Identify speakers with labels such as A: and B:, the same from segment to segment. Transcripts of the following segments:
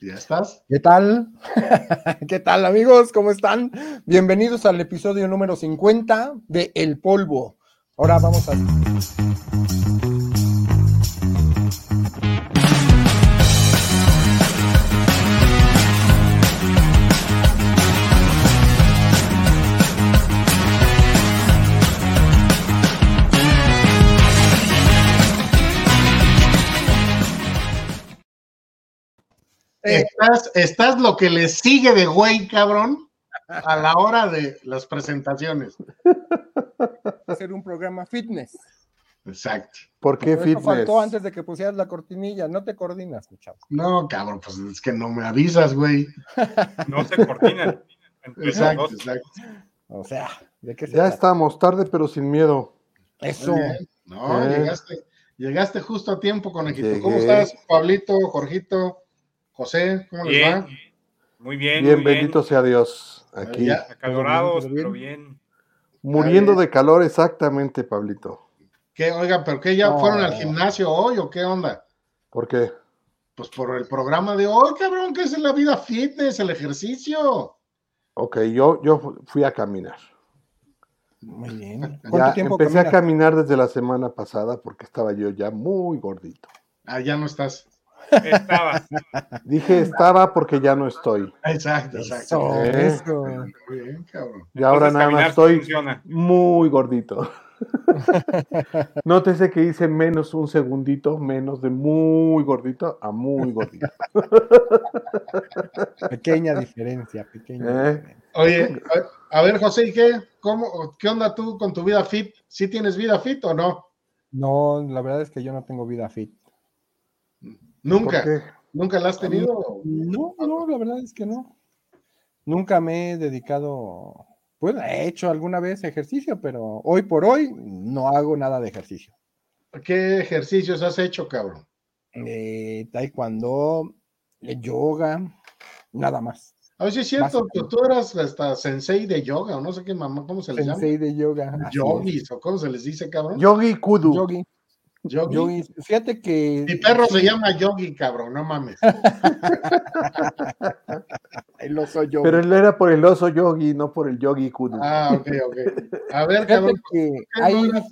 A: ¿Ya estás?
B: ¿Qué tal? ¿Qué tal amigos? ¿Cómo están? Bienvenidos al episodio número 50 de El Polvo. Ahora vamos a...
A: Estás, estás lo que le sigue de güey, cabrón, a la hora de las presentaciones.
B: hacer un programa fitness.
A: Exacto.
C: ¿Por qué
B: Pero eso
C: fitness?
B: faltó antes de que pusieras la cortinilla. No te coordinas, mi chavo.
A: No, cabrón, pues es que no me avisas, güey.
D: No se coordinan. entre los
A: Exacto,
D: dos.
A: exacto.
B: O sea, ¿de qué se
C: Ya
B: trata?
C: estamos, tarde pero sin miedo.
B: Eso.
A: Muy bien. No,
C: Eh.
A: llegaste, llegaste justo a tiempo, conejito. ¿Cómo
C: Llegué.
A: estás, Pablito, Jorgito, José? ¿Cómo les
D: Bien,
A: va?
D: muy bien,
C: Bien,
D: muy bien.
C: bendito sea Dios. Aquí,
A: Ya,
D: Acalorados,
B: Todo bien,
D: pero
B: todo
D: bien.
C: muriendo
A: Está
C: de calor exactamente, Pablito.
A: ¿Qué, oigan, pero qué ya
B: No.
A: fueron al gimnasio hoy o qué onda?
C: ¿Por qué?
A: Pues por el programa de hoy, cabrón, que es la vida fitness, el ejercicio.
C: Ok, yo, yo fu- fui a caminar.
B: Muy bien. ¿Cuánto
C: Ya
B: tiempo
C: empecé a
B: caminas?
C: caminar desde la semana pasada porque estaba yo ya muy gordito.
A: Ah, ya no estás.
D: Estabas.
C: Dije estaba porque ya no estoy.
A: Exacto, exacto.
B: Eso,
C: Eh.
B: eso.
A: Muy bien, cabrón.
C: Y ahora
D: Entonces,
C: nada
D: caminar
C: más
D: sí
C: estoy
D: Funciona.
C: muy gordito. Nótese que hice menos un segundito, menos de muy gordito a muy gordito.
B: Pequeña diferencia, pequeña.
C: ¿Eh?
B: diferencia.
A: Oye, a, a ver, José, ¿y qué? ¿Cómo, ¿Qué onda tú con tu vida fit? ¿Sí tienes vida fit o no?
B: No, la verdad es que yo no tengo vida fit.
A: Nunca,
C: ¿Por qué?
A: nunca la has tenido.
B: No, no, la verdad es que no. Nunca me he dedicado, pues he hecho alguna vez ejercicio, pero hoy por hoy no hago nada de ejercicio.
A: ¿Qué ejercicios has hecho, cabrón?
B: Eh, taekwondo, eh, yoga, nada más.
A: A ver si es cierto,
B: Básico.
A: tú, tú eras hasta sensei de yoga, o no sé qué mamá, ¿cómo se les llama?
B: Sensei de yoga. así es.
A: Yogis, o cómo se les dice, cabrón.
C: Yogi Kudu.
B: Yogi,
A: Yogi.
B: yogi. Fíjate que
A: Mi perro se llama Yogi, cabrón, no mames.
B: el oso yogi.
C: Pero él era por el oso yogi, no por el yogi kudu.
A: Ah, ok, ok. A ver,
B: Fíjate
A: cabrón.
B: que
A: ¿qué
B: hay,
A: no eras?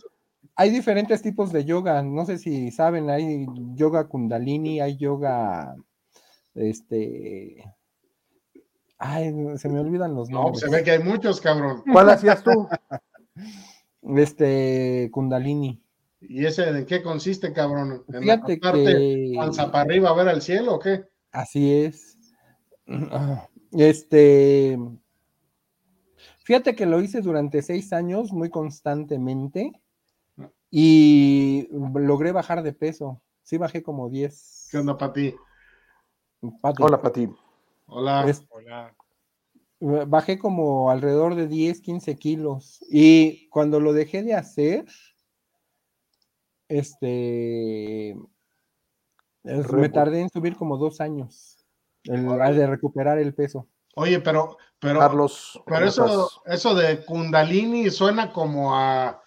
B: hay diferentes tipos de yoga. No sé si saben, hay yoga kundalini, hay yoga, este, ay, no, se me olvidan los
A: No, pues,
B: nombres.
A: se ve que hay muchos, cabrón.
C: ¿Cuál hacías tú?
B: Este, kundalini.
A: ¿Y ese en qué consiste, cabrón? ¿En
B: Fíjate
A: acostarte
B: que
A: panza para arriba a ver al cielo o qué?
B: así es. Este, fíjate que lo hice durante seis años muy constantemente y logré bajar de peso. Sí bajé como 10.
A: ¿Qué onda para ti?
B: Pati.
C: Hola, Pati.
A: Hola.
B: Es-
D: Hola.
B: bajé como alrededor de 10, 15 kilos. Y cuando lo dejé de hacer, este, es- me
C: Recu-
B: tardé en subir como dos años el,
A: Órale.
B: de recuperar el peso.
A: Oye, pero, pero,
C: Carlos.
A: pero eso,
C: Rojas.
A: eso de Kundalini suena como a, a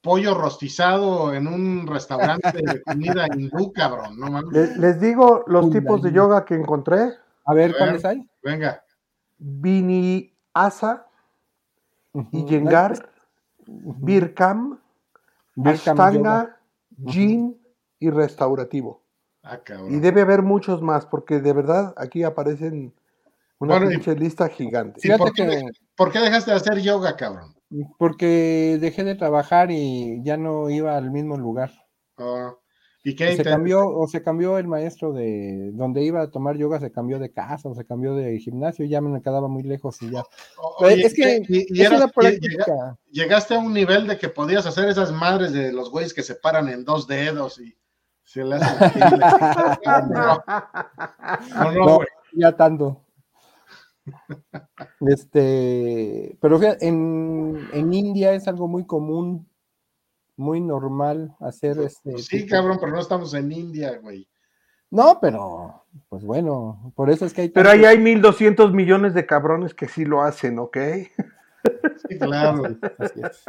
A: pollo rostizado en un restaurante de comida hindú, cabrón. No mames.
C: Le- Les digo los
B: Kundalini.
C: tipos de yoga que encontré.
B: A ver,
A: A
B: ¿cuáles hay?
A: Venga.
C: Vinyasa, Iyengar, Birkam,
B: Birkam yoga.
C: Ashtanga, Jin y Restaurativo.
A: Ah,
C: Y
A: cabrón.
C: debe haber muchos más, porque de verdad aquí aparecen una
A: Bueno, y-
C: pinche lista gigante.
A: Sí. ¿Y por
B: Fíjate que
A: ¿Por qué dejaste de hacer yoga, cabrón?
B: porque dejé de trabajar y ya no iba al mismo lugar.
A: Ah, ¿Y qué?
B: Se
A: te-
B: cambió, o se cambió el maestro de donde iba a tomar yoga, se cambió de casa, o se cambió de gimnasio, y ya me quedaba muy lejos y ya.
A: o-
B: Pero
A: oye,
B: es que
A: y- y
B: es
A: eras-
B: una
A: y- llega-
B: práctica.
A: llegaste a un nivel de que podías hacer esas madres de los güeyes que se paran en dos dedos y se le hacen así, le- no, no, no,
B: No,
A: güey.
B: ya tanto. Este, pero fíjate, en, en India es algo muy común, muy normal hacer este.
A: Pues Sí,
B: tipo-
A: cabrón, pero no estamos en India, güey.
B: No, pero pues bueno, por eso es que hay.
C: Pero ahí
B: tantos-
C: hay 1.200 millones de cabrones que sí lo hacen, ¿ok?
A: Sí, claro.
B: Así es.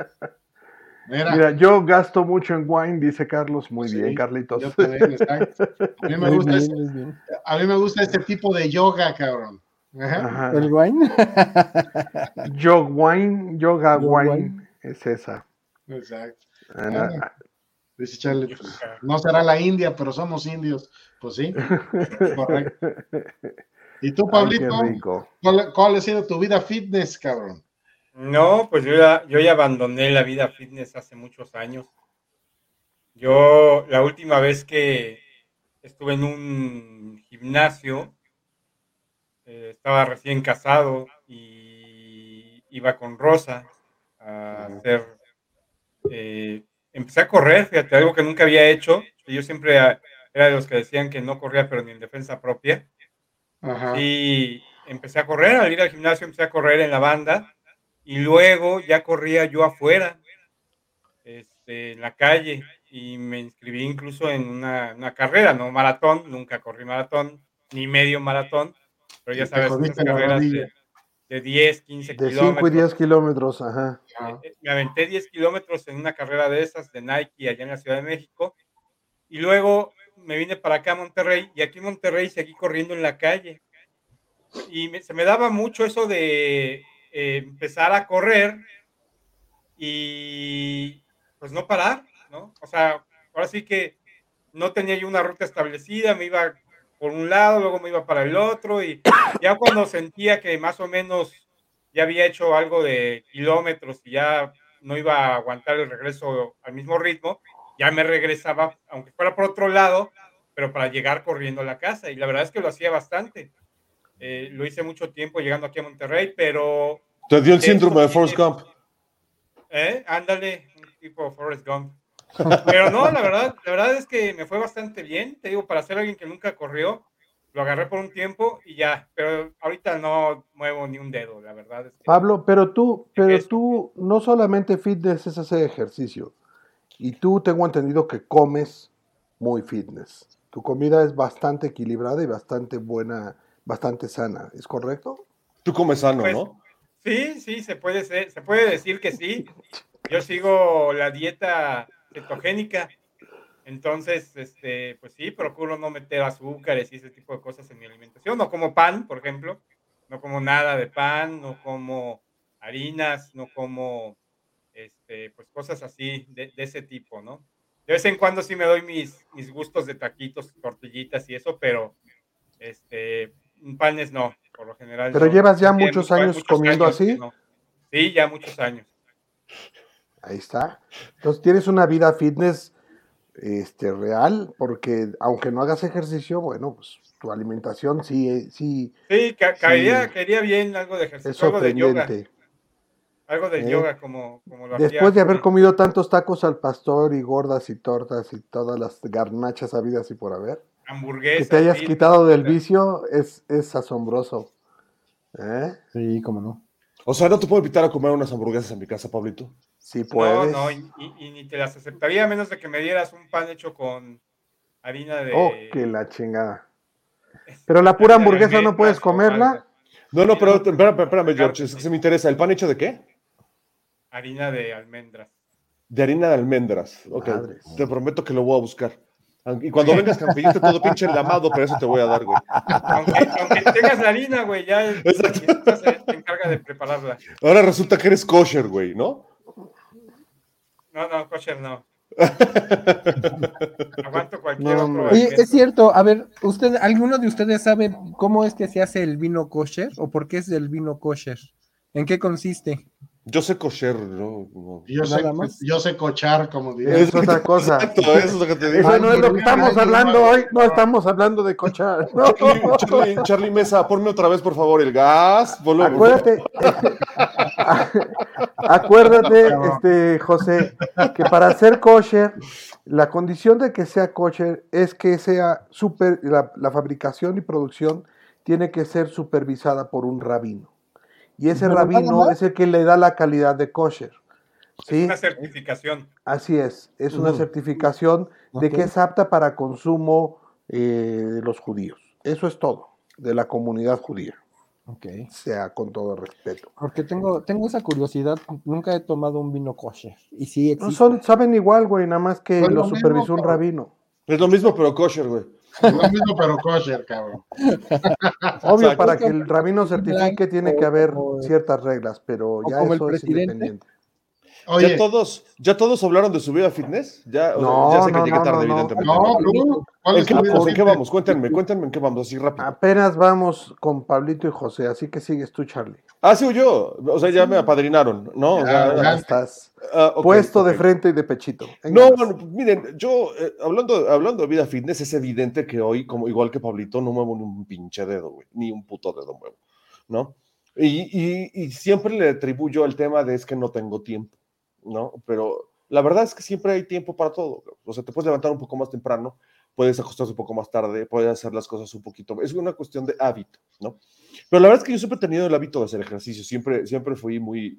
A: Mira,
C: Mira, yo gasto mucho en wine, dice Carlos. Muy
A: Sí,
C: bien, Carlitos.
A: yo también, exacto. A mí, me
B: Muy
A: gusta
B: bien,
A: ese-
B: muy bien.
A: a mí me gusta este tipo de yoga, cabrón. Ajá.
C: Ajá.
B: ¿El wine?
C: Yo wine, yoga
B: Yo
C: wine, Ah,
B: wine.
C: es esa.
A: Exacto. Ah,
C: Ana,
A: Dice Charlie, pues, no será la India, pero somos indios. Pues sí. Correcto. ¿Y tú,
C: ay, qué
A: Pablito?
C: rico.
A: ¿Cuál, cuál ha sido tu vida fitness, cabrón?
D: No, pues yo ya, yo ya abandoné la vida fitness hace muchos años. Yo la última vez que estuve en un gimnasio, eh, estaba recién casado y iba con Rosa a hacer... eh, empecé a correr, fíjate, algo que nunca había hecho. Yo siempre ah, era de los que decían que no corría, pero ni en defensa propia.
A: Ajá.
D: Y empecé a correr, al ir al gimnasio empecé a correr en la banda y luego ya corría yo afuera, este, en la calle, y me inscribí incluso en una, una carrera, no maratón, nunca corrí maratón, ni medio maratón, pero
A: Y
D: ya
A: te
D: sabes, esas
A: jodiste la
D: carreras
A: rodilla.
D: de, de 10, 15
C: De 5 y
D: kilómetros.
C: 10 kilómetros, ajá.
A: Ajá.
D: Eh, me aventé 10 kilómetros en una carrera de esas de Nike allá en la Ciudad de México. Y luego me vine para acá a Monterrey y aquí en Monterrey seguí corriendo en la calle. Y me- se me daba mucho eso de eh, empezar a correr y pues no parar, ¿no? O sea, ahora sí que no tenía yo una ruta establecida, me iba por un lado, luego me iba para el otro y ya cuando sentía que más o menos ya había hecho algo de kilómetros y ya no iba a aguantar el regreso al mismo ritmo, ya me regresaba, aunque fuera por otro lado, pero para llegar corriendo a la casa. Y la verdad es que lo hacía bastante. Eh, lo hice mucho tiempo llegando aquí a Monterrey, pero...
E: Te dio el
D: eso
E: síndrome de
D: tiene-
E: Force Gump.
D: ¿Eh? Ándale, un tipo Forrest Gump. Pero no, la verdad, la verdad es que me fue bastante bien. Te digo, para ser alguien que nunca corrió, lo agarré por un tiempo y ya. Pero ahorita no muevo ni un dedo, la verdad es que...
C: Pablo, pero tú, pero
D: Ejercicio.
C: tú, no solamente fitness es hacer ejercicio. Y tú tengo entendido que comes muy fitness. Tu comida es bastante equilibrada y bastante buena, bastante sana, ¿es correcto?
E: Tú comes sano,
D: Pues,
E: ¿no?
D: Sí, sí, se puede, ser- se puede decir que sí. Yo sigo la dieta cetogénica. Entonces, este, pues sí, procuro no meter azúcares y ese tipo de cosas en mi alimentación. No como pan, por ejemplo. No como nada de pan, no como harinas, no como este, pues cosas así de, de ese tipo, ¿no? De vez en cuando sí me doy mis, mis gustos de taquitos, tortillitas y eso, pero este, panes no, por lo general.
C: Pero
D: no.
C: llevas ya
D: Tiene
C: muchos
D: mucho-
C: años comiendo
D: años que
C: así.
D: no. Sí, ya muchos años.
C: Ahí está. Entonces tienes una vida fitness este, real, porque aunque no hagas ejercicio, bueno, pues tu alimentación sí, sí
D: Sí, ca-
C: Sí.
D: caería, caería bien algo de ejercicio,
C: es
D: algo de yoga,
C: sorprendente.
D: algo de
C: Eh.
D: yoga como, como lo
C: Después de
D: hacía.
C: haber comido tantos tacos al pastor y gordas y tortas y todas las garnachas habidas y por haber,
D: hamburguesas.
C: que te hayas
D: sí.
C: quitado del vicio es, es asombroso. ¿Eh?
B: Sí, cómo no.
E: O sea, no te puedo invitar a comer unas hamburguesas a mi casa, Pablito.
C: Si
D: No,
C: puedes.
D: no, y, y- y ni te las aceptaría a menos de que me dieras un pan hecho con harina de.
C: Oh, que la chingada. Pero la pura
D: harina de
C: hamburguesa no
D: almendras
C: puedes
D: o
C: comerla.
D: algo.
E: No, no, pero espérame, espérame, George, es que se me interesa. ¿El pan hecho de qué?
D: Harina de almendras.
E: De harina de almendras. Ok.
C: Madres.
E: Te prometo que lo voy a buscar. Y cuando vengas, campillito, todo pinche enlamado, pero eso te voy a dar, güey.
D: Aunque, aunque tengas la harina, güey, ya el-
E: Exacto.
D: mi esposa se se encarga de prepararla.
E: Ahora resulta que eres kosher, güey, ¿no?
D: No, no, kosher no. Aguanto cualquier
C: No,
D: otro.
C: hombre.
B: Oye,
D: alimento.
B: es cierto, a ver, usted, ¿alguno de ustedes sabe cómo es que se hace el vino kosher o por qué es el vino kosher? ¿En qué consiste?
E: Yo sé kosher, ¿no? no.
A: Yo sé,
B: Nada más.
A: yo sé cochar, como diría.
C: Es otra cosa.
E: Exacto, eso es lo que te digo.
C: Eso no es lo que
A: Hamburguesa,
C: estamos
A: no,
C: hablando
A: no.
C: hoy. No estamos hablando de cochar. No.
E: Charlie, Charlie, Charlie Mesa, ponme otra vez, por favor, el gas. Ponlo, por favor.
C: Acuérdate, acuérdate, este, José, que para ser kosher, la condición de que sea kosher es que sea super, la, la fabricación y producción tiene que ser supervisada por un rabino. Y ese
B: ¿Pero nada
C: rabino
B: más?
C: es el que le da la calidad de kosher.
D: Es
C: ¿Sí?
D: una certificación.
C: Así es, es una
E: Ujú.
C: certificación de que
B: Ok.
C: es apta para consumo eh, de los judíos. Eso es todo, de la comunidad judía.
B: Ok.
C: sea con todo respeto.
B: Porque tengo, tengo esa curiosidad, nunca he tomado un vino kosher. Y sí existe.
C: No son, saben igual, güey, nada más que
A: Pues lo
C: lo
A: mismo,
C: supervisó un
A: cabrón.
C: rabino.
E: Es lo mismo, pero kosher, güey.
A: Lo mismo, pero kosher, cabrón.
C: Obvio,
E: Exacto.
C: para que el rabino certifique tiene que haber
B: o-
C: ciertas reglas, pero ya
B: como el
C: eso es
B: presidente.
C: independiente.
E: ¿Ya,
A: Oye,
E: todos, ¿Ya todos hablaron de su vida fitness? Ya, o sea,
C: No,
E: ya sé que
C: no,
E: llegué
C: no, no,
E: tarde,
C: no.
E: evidentemente.
A: no, no. ¿Cuál
E: ¿En
A: es
E: qué,
A: tu
E: vamos? ¿En qué
A: vida?
E: vamos? Cuéntenme, cuéntenme en qué vamos, así
A: Ah.
E: rápido.
C: Apenas vamos con Pablito y José, así que sigues tú, Charlie.
E: Ah, sí, yo. O sea, ya me apadrinaron, ¿no? O sea,
A: Ya,
C: Ya
A: ya.
C: estás
E: ah, ok,
C: puesto de
E: ok.
C: frente y de pechito. Venga,
E: No,
C: vas.
E: bueno, miren, yo eh, hablando, hablando de vida fitness, es evidente que hoy, como igual que Pablito, no muevo ni un pinche dedo, güey, ni un puto dedo muevo, ¿no? Y, y- y siempre le atribuyo el tema de es que no tengo tiempo, ¿no? Pero la verdad es que siempre hay tiempo para todo. güey. O sea, te puedes levantar un poco más temprano, puedes acostarte un poco más tarde, puedes hacer las cosas un poquito. Es una cuestión de hábito, ¿no? Pero la verdad es que yo siempre he tenido el hábito de hacer ejercicio, siempre, siempre fui muy,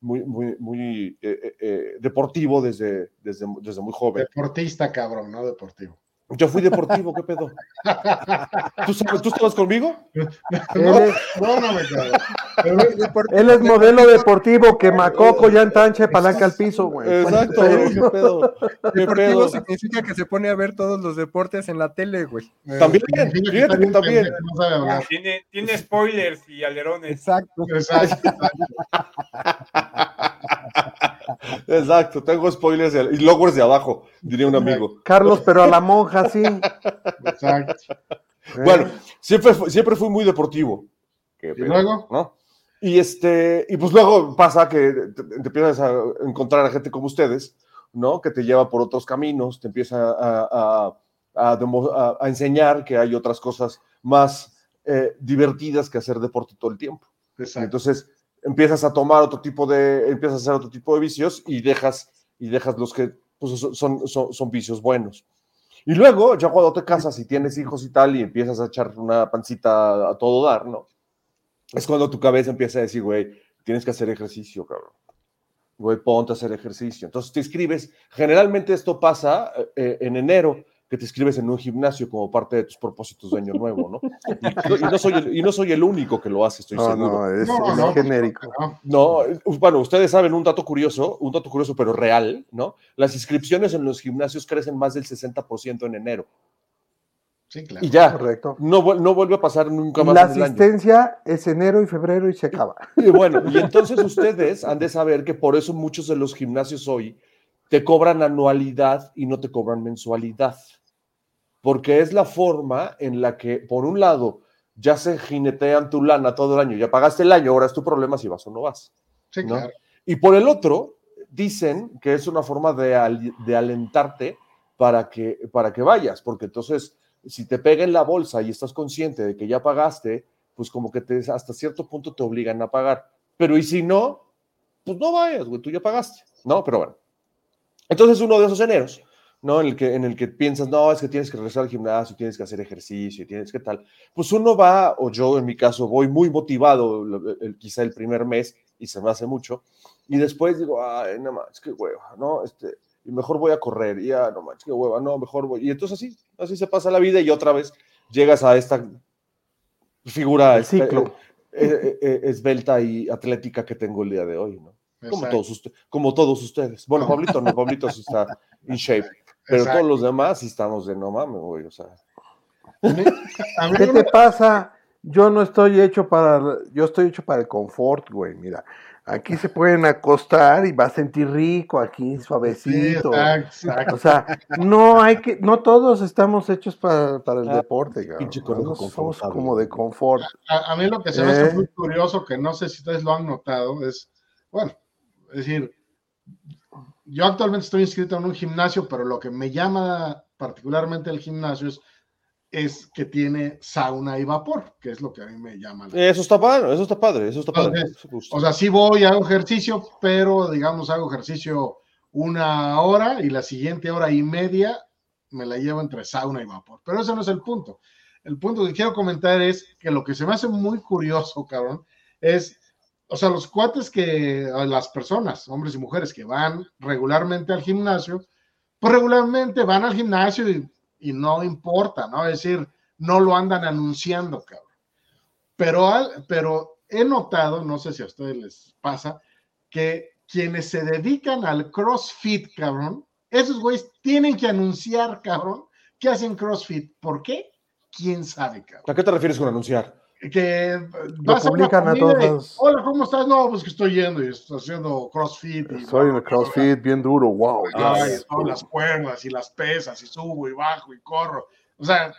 E: muy, muy, muy eh, eh, eh, deportivo desde, desde, desde muy joven.
A: Deportista, cabrón, no deportivo.
E: Yo fui deportivo, ¿qué pedo? ¿Tú, sabes- tú estabas conmigo?
C: Él es,
A: No, no me cago.
C: él es modelo deportivo que Macoco ya entanche palanca al piso, güey.
E: Exacto, güey, ¿qué pedo? ¿Qué
B: Deportivo
E: pedo?
B: significa que se pone a ver todos los deportes en la tele, güey.
E: También,
A: Significa que
E: fíjate
A: está
E: que
A: bien
E: también.
A: pendejo, No sabe hablar.
D: Tiene,
A: pues
D: tiene spoilers y alerones.
B: Eh, Exacto.
A: Exacto.
E: Exacto, tengo spoilers de- y logros de abajo, diría un amigo.
C: Carlos, pero a la monja sí. Eh,
A: Exacto.
E: Bueno, siempre, fu- siempre fui muy deportivo. ¿Qué
A: Eh. Y luego,
E: ¿no? Y este, y pues luego pasa que te, te empiezas a encontrar a gente como ustedes, ¿no? Que te lleva por otros caminos, te empieza a, a- a demo- a- a enseñar que hay otras cosas más eh, divertidas que hacer deporte todo el tiempo.
A: exacto.
E: Entonces empiezas a tomar otro tipo de, empiezas a hacer otro tipo de vicios y dejas, y dejas los que pues, son- son, son, son vicios buenos. Y luego, ya cuando te casas y tienes hijos y tal, y empiezas a echar una pancita a todo dar, ¿no? Es cuando tu cabeza empieza a decir, güey, tienes que hacer ejercicio, cabrón. Güey, ponte a hacer ejercicio. Entonces te inscribes, generalmente esto pasa eh, en enero, que te inscribes en un gimnasio como parte de tus propósitos de año nuevo, ¿no? Y, y no, soy el, y no soy el único que lo hace, estoy
C: No,
E: seguro.
C: no, es,
A: No,
C: es
A: no. pues,
C: genérico.
A: No,
E: No, eh, bueno, ustedes saben un dato curioso, un dato curioso pero real, ¿no? Las inscripciones en los gimnasios crecen más del 60% en enero.
A: sí, claro.
E: Y ya,
C: Correcto.
E: no, vuel- no vuelve a pasar nunca más
C: La
E: en el año.
C: asistencia es enero y febrero y se acaba.
E: Y bueno, y entonces ustedes han de saber que por eso muchos de los gimnasios hoy te cobran anualidad y no te cobran mensualidad. Porque es la forma en la que, por un lado, ya se jinetean tu lana todo el año, ya pagaste el año, ahora es tu problema si vas o no vas.
A: Sí,
E: ¿no?
A: claro.
E: Y por el otro, dicen que es una forma de, al- de alentarte para que, para que vayas, porque entonces, si te pega en la bolsa y estás consciente de que ya pagaste, pues como que te, hasta cierto punto te obligan a pagar. Pero y si no, pues no vayas, güey, tú ya pagaste, ¿no? Pero bueno. Entonces uno de esos eneros, ¿no? En el que, en el que piensas, no, es que tienes que regresar al gimnasio, tienes que hacer ejercicio, y tienes que tal. Pues uno va, o yo en mi caso, voy muy motivado, lo- eh, el- quizá el primer mes, y se me hace mucho, y después digo, ay, no más, qué hueva, ¿no? Este, y mejor voy a correr, y ya, no más, qué hueva, no, mejor voy. Y entonces así, así se pasa la vida y otra vez llegas a esta figura
C: El
E: este,
C: ciclo.
E: eh, eh, eh, esbelta y atlética que tengo el día de hoy, ¿no? Como
A: Exacto.
E: todos, usted- como todos ustedes. Bueno,
A: No.
E: Pablito no, Pablito sí está in shape, pero
A: Exacto.
E: todos los demás sí estamos de no mames, güey, o sea.
A: A mí
C: ¿Qué
A: una-
C: te pasa? Yo no estoy hecho para, yo estoy hecho para el confort, güey. Mira, aquí se pueden acostar y va a sentir rico, aquí
A: Sí,
C: suavecito.
A: exacto, exacto.
C: o sea, no hay que, no todos estamos hechos para, para el
E: Ah,
C: deporte, cabrón.
E: pinche conejo
C: Algunos somos
E: confortable.
C: como de confort.
A: A, a mí lo que se me hace
C: Eh.
A: muy curioso, que no sé si ustedes lo han notado, es, bueno, es decir, yo actualmente estoy inscrito en un gimnasio, pero lo que me llama particularmente el gimnasio es, es que tiene sauna y vapor, que es lo que a mí me llama. la-
E: Eso está padre, eso está padre, eso está padre.
A: Entonces,
E: eso me gusta.
A: O sea, sí voy, hago ejercicio, pero digamos, hago ejercicio una hora y la siguiente hora y media me la llevo entre sauna y vapor. Pero ese no es el punto. El punto que quiero comentar es que lo que se me hace muy curioso, cabrón, es, o sea, los cuates que, o las personas, hombres y mujeres que van regularmente al gimnasio, pues regularmente van al gimnasio y, y no importa, ¿no? Es decir, no lo andan anunciando, cabrón. Pero, al, pero he notado, no sé si a ustedes les pasa, que quienes se dedican al CrossFit, cabrón, esos güeyes tienen que anunciar, cabrón, que hacen CrossFit. ¿Por qué? ¿Quién sabe, cabrón?
E: ¿A qué te refieres con anunciar?
A: que vas a una
C: publican a
A: comida y,
C: todos.
A: Hola, ¿cómo estás? No, pues que estoy yendo y estoy haciendo CrossFit. Y,
C: Soy de CrossFit bien duro, wow.
A: Ay,
C: yes.
A: son las cuerdas y las pesas y subo y bajo y corro. O sea,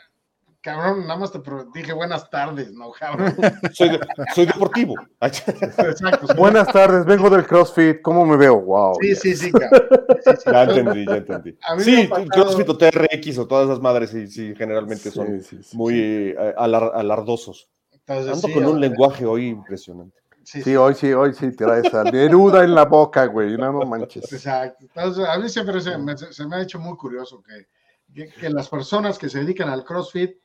A: cabrón, nada más te pro- dije buenas tardes, ¿no, cabrón?
E: Soy, de- soy deportivo. Ay,
A: Exacto.
C: Buenas tardes, vengo del CrossFit, ¿cómo me veo? Wow.
A: Sí, sí, sí, cabrón. Sí, sí.
E: ya entendí, ya entendí.
A: A mí me
E: Sí,
A: ha pasado-
E: CrossFit o TRX o todas esas madres, sí, sí, generalmente
C: Sí,
E: son
C: sí, sí.
E: muy eh, alar- alardosos.
A: Entonces,
E: Ando
A: sí,
E: con un
A: hombre,
E: lenguaje hoy impresionante.
A: sí,
C: Sí, hoy sí, hoy sí traes a Neruda en la boca, güey. No, no manches.
A: Exacto. Entonces, a mí siempre
E: Mm.
A: se me, se me ha hecho muy curioso que, que- que las personas que se dedican al CrossFit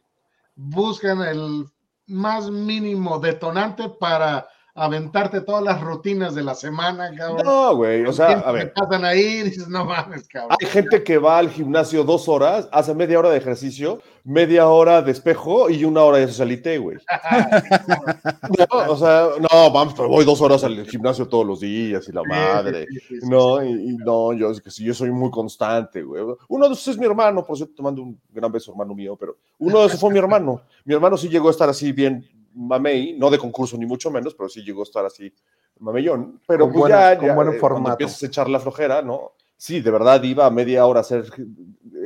A: buscan el más mínimo detonante para aventarte todas las rutinas de la semana, cabrón.
E: No, güey, o sea,
A: Tiempo
E: a
A: que
E: ver.
A: pasan ahí, dices, no mames, cabrón.
E: Hay gente que va al gimnasio dos horas, hace media hora de ejercicio, media hora de espejo y una hora de socialité, güey. Ah, No, o sea, no, vamos, pero voy dos horas al gimnasio todos los días y la madre.
A: Sí, sí, sí, sí.
E: No, y, y no, yo, es que sí, yo soy muy constante, güey. Uno de esos es mi hermano, por cierto, te mando un gran beso, hermano mío, pero uno de esos fue mi hermano. Mi hermano sí llegó a estar así bien mamey, no de concurso ni mucho menos, pero sí llegó a estar así mameyón. Pero
C: Con
E: pues
C: buena-
E: ya,
C: con
E: ya,
C: buen
E: eh, cuando
C: formato.
E: empiezas a echar la flojera, ¿no? Sí, de verdad iba a media hora a hacer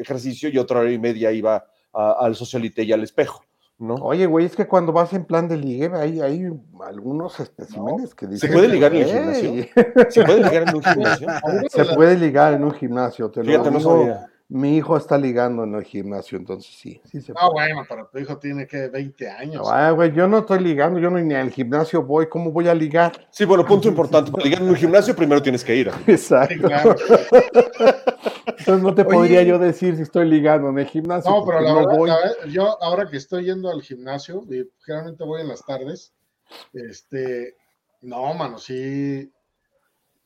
E: ejercicio y otra hora y media iba a- al socialite y al espejo, ¿no?
C: Oye, güey, es que cuando vas en plan de ligue, hay, hay algunos especímenes que dicen.
E: puede ligar en el
C: "Güey,
E: gimnasio? ¿Se puede ligar en un gimnasio?
C: Se puede ligar en un gimnasio, te lo
E: Fíjate, no
C: digo.
E: sabía.
C: Mi hijo está ligando en el gimnasio, entonces sí, sí se
A: No,
C: puede.
A: bueno, pero tu hijo tiene que 20 años.
C: Ah, güey, yo no estoy ligando, yo no, ni al gimnasio voy, ¿cómo voy a ligar?
E: Sí, bueno, punto importante. Para ligar en un gimnasio primero tienes que ir.
A: Sí,
C: Exacto.
A: claro.
C: Entonces no te
B: Oye.
C: podría yo decir si estoy ligando en el gimnasio.
A: No, pero
C: porque
A: la
C: no
A: verdad,
C: voy.
A: la verdad, yo ahora que estoy yendo al gimnasio, y generalmente voy en las tardes, este, no, mano, sí,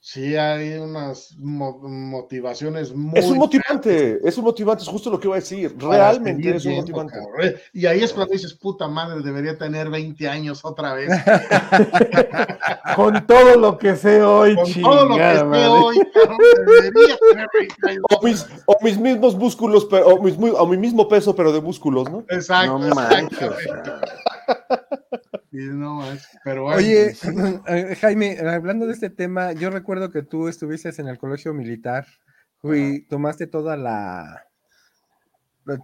A: sí hay unas mo- motivaciones muy...
E: Es un motivante, es un motivante, es justo lo que iba a decir.
A: para
E: Realmente
A: seguir
E: es un
A: yendo,
E: motivante.
A: cabrón. Y ahí es cuando dices, puta madre, debería tener 20 años otra vez.
C: Con todo lo que sé hoy,
A: Con todo lo que
C: chingada
A: esté
C: madre.
A: hoy, cabrón, debería tener 20 años.
E: O mis, o mis mismos músculos, pero- o, mis mu- o mi mismo peso, pero de músculos, ¿no?
A: Exacto,
C: No
A: exacto.
C: manches.
A: Y no manches, pero bueno,
B: Oye, eh, Jaime, hablando de este tema, yo recuerdo que tú estuviste en el colegio militar y tomaste toda la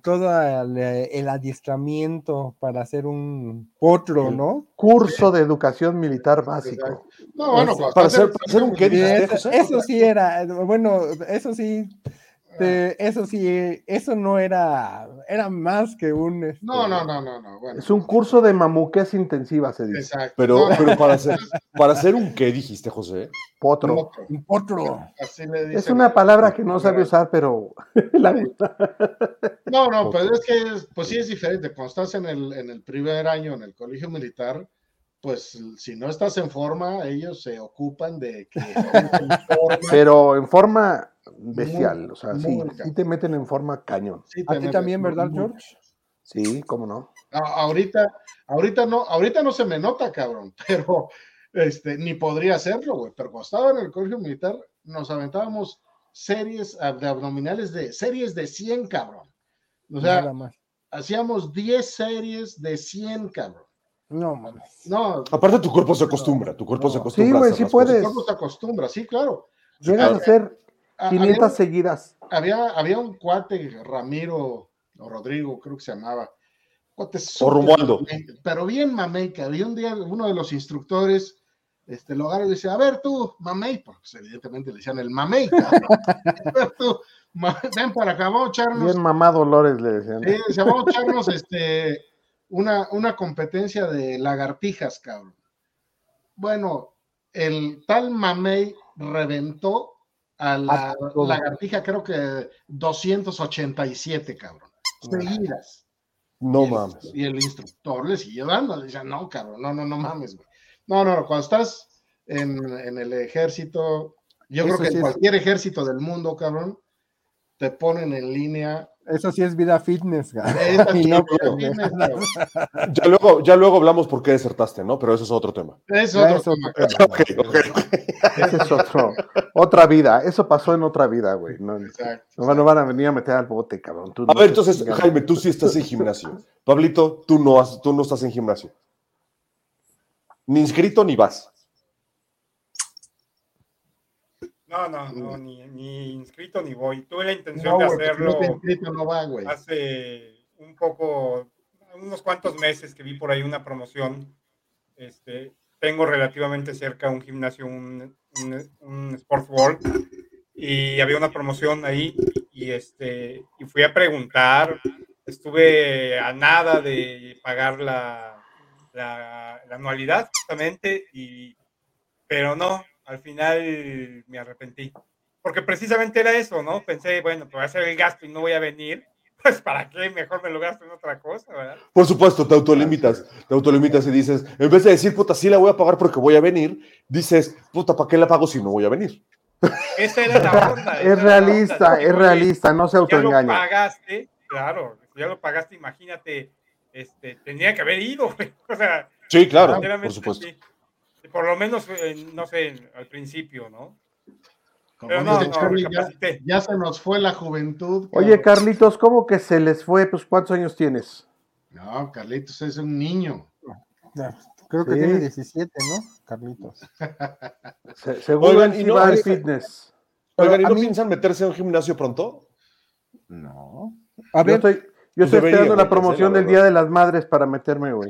B: todo el, el adiestramiento para hacer un potro, ¿no?
C: Curso de educación militar básico.
A: Exacto. no, bueno,
B: Para
A: cuando
E: hacer-
A: estás
E: para hacer un
A: en-
E: qué,
B: Y
E: dijiste,
B: eso-
A: ¿eh?
E: José?
B: eso sí era, bueno, eso sí, te- eso sí, eso no era, era más que un... este,
A: No, no, no, no, no, bueno.
C: Es un curso de mamuques intensiva, se dice.
A: Exacto.
E: Pero,
A: No,
C: Ah.
A: no,
E: pero para, hacer, para hacer un qué, dijiste, José.
C: Potro.
A: no, no,
B: Un potro.
A: así le
C: es
A: dicen.
C: una palabra que no sabe usar, pero la usa.
A: No, no, pero es que, es- pues sí es diferente. Cuando estás en el, en el primer año en el colegio militar, pues si no estás en forma, ellos se ocupan de que estés en forma.
C: Pero en forma bestial.
A: Muy,
C: o sea,
A: muy
C: sí,
A: cañón.
C: sí te meten en forma cañón.
A: Sí,
B: A ti
A: tener-
B: también, ¿verdad, George?
C: Sí, cómo no.
A: A- Ahorita, ahorita no, ahorita no se me nota, cabrón, pero este, ni podría hacerlo, güey. Pero cuando estaba en el colegio militar, nos aventábamos series ab- de abdominales de series de 100, cabrón. O sea,
B: Nada más.
A: hacíamos 10 series de 100, cabrón.
B: No, mames.
A: No,
E: Aparte, tu cuerpo se acostumbra, tu cuerpo se acostumbra.
C: Sí,
E: a
C: güey,
E: hacer
C: sí
E: las cosas.
A: el
C: puedes.
A: cuerpo se acostumbra, sí, claro.
E: pues,
C: Llegas a
A: claro.
C: hacer
A: A-
C: 500
A: Ah, había,
C: seguidas.
A: había, había un cuate, Ramiro o Rodrigo, creo que se llamaba. Cuate
E: O
A: súper
E: Romualdo.
A: mamey, Pero bien mamey, que había un día uno de los instructores este, lo agarra y le dice, a ver tú, mamey, porque pues, evidentemente le decían el mamey, cabrón. a ver tú, ma- ven para acá, vamos a echarnos
C: Bien mamá Dolores le decían.
A: Sí, decía, vamos a echarnos este, una, una competencia de lagartijas, cabrón. Bueno, el tal Mamey reventó a la
C: A Ah, todo.
A: lagartija, creo que 287, cabrón. Seguidas.
E: No
A: Y el-
E: mames.
A: Y el instructor le siguió dando, le decía, no, cabrón, no, no, no mames, güey. No, no, cuando estás en, en el ejército, yo
C: Eso
A: creo que
C: sí
A: en
C: es-
A: cualquier ejército del mundo, cabrón, te ponen en línea
B: Eso sí es vida fitness, cara.
A: Esa sí
B: Y no
A: es vida
B: come.
A: fitness, cabrón.
E: Ya luego, ya luego hablamos por qué desertaste, ¿no? Pero eso es otro tema.
A: Es
B: Ya
A: otro
B: es otro
A: tema.
B: tema.
C: Ah,
E: Ok, ok, ok.
C: Ese es otro, otra vida. Eso pasó en otra vida, güey. No,
A: Exacto.
C: no van- no van a venir a meter al bote, cabrón. Tú
E: A
C: no
E: ver,
C: te
E: entonces,
C: chingas.
E: Jaime, tú sí estás en gimnasio. Pablito, tú no, has- tú no estás en gimnasio. Ni inscrito ni vas.
D: No, no, no, ni, ni inscrito ni voy. Tuve la
A: No,
D: intención de
A: güey, porque
D: hacerlo.
A: no te inscrito, no va, güey.
D: hace un poco, unos cuantos meses que vi por ahí una promoción. Este, tengo relativamente cerca un gimnasio, un, un, un Sports World, y había una promoción ahí, y, este, y fui a preguntar. Estuve a nada de pagar la, la, la anualidad, justamente, y, pero no, al final me arrepentí. Porque precisamente era eso, ¿no? Pensé, bueno, pues voy a hacer el gasto y no voy a venir pues para qué, mejor me lo gasto en otra cosa, ¿verdad?
E: Por supuesto, te autolimitas. Te autolimitas y dices, en vez de decir, puta, sí la voy a pagar porque voy a venir, dices, puta, ¿para qué la pago si no voy a venir?
D: Esa era la onda. esa
C: Es
D: era la onda, ¿no?
C: realista, es
D: Porque
C: realista, no se
D: Ya lo
C: autoengaña.
D: pagaste, claro, ya lo pagaste, imagínate, este, tenía que haber ido, güey. o sea,
E: Sí, claro, por
D: sinceramente,
E: supuesto.
D: sí. Por lo menos, eh, no sé, al principio, ¿no?
A: Como
D: Pero no,
A: dice
D: no,
A: Charlie, ya,
D: recapacité.
A: ya se nos fue la juventud.
C: Oye,
A: cabrón.
C: Carlitos, ¿cómo que se les fue? Pues, ¿cuántos años tienes?
A: No, Carlitos es un niño.
B: Creo que
C: Sí.
B: tiene 17, ¿no? Carlitos.
C: Se- seguro
E: Oigan,
C: él
E: y
C: sí
E: no, pues,
C: va al
E: oigan,
C: fitness.
E: Oigan, ¿y
B: a
E: no
B: mí-
E: piensan meterse a un gimnasio pronto?
B: No. A
C: Yo
B: ver,
C: estoy, yo estoy
E: Debería,
C: esperando la
E: güey,
C: promoción
E: la
C: del
E: verdad.
C: Día de las Madres para meterme, güey.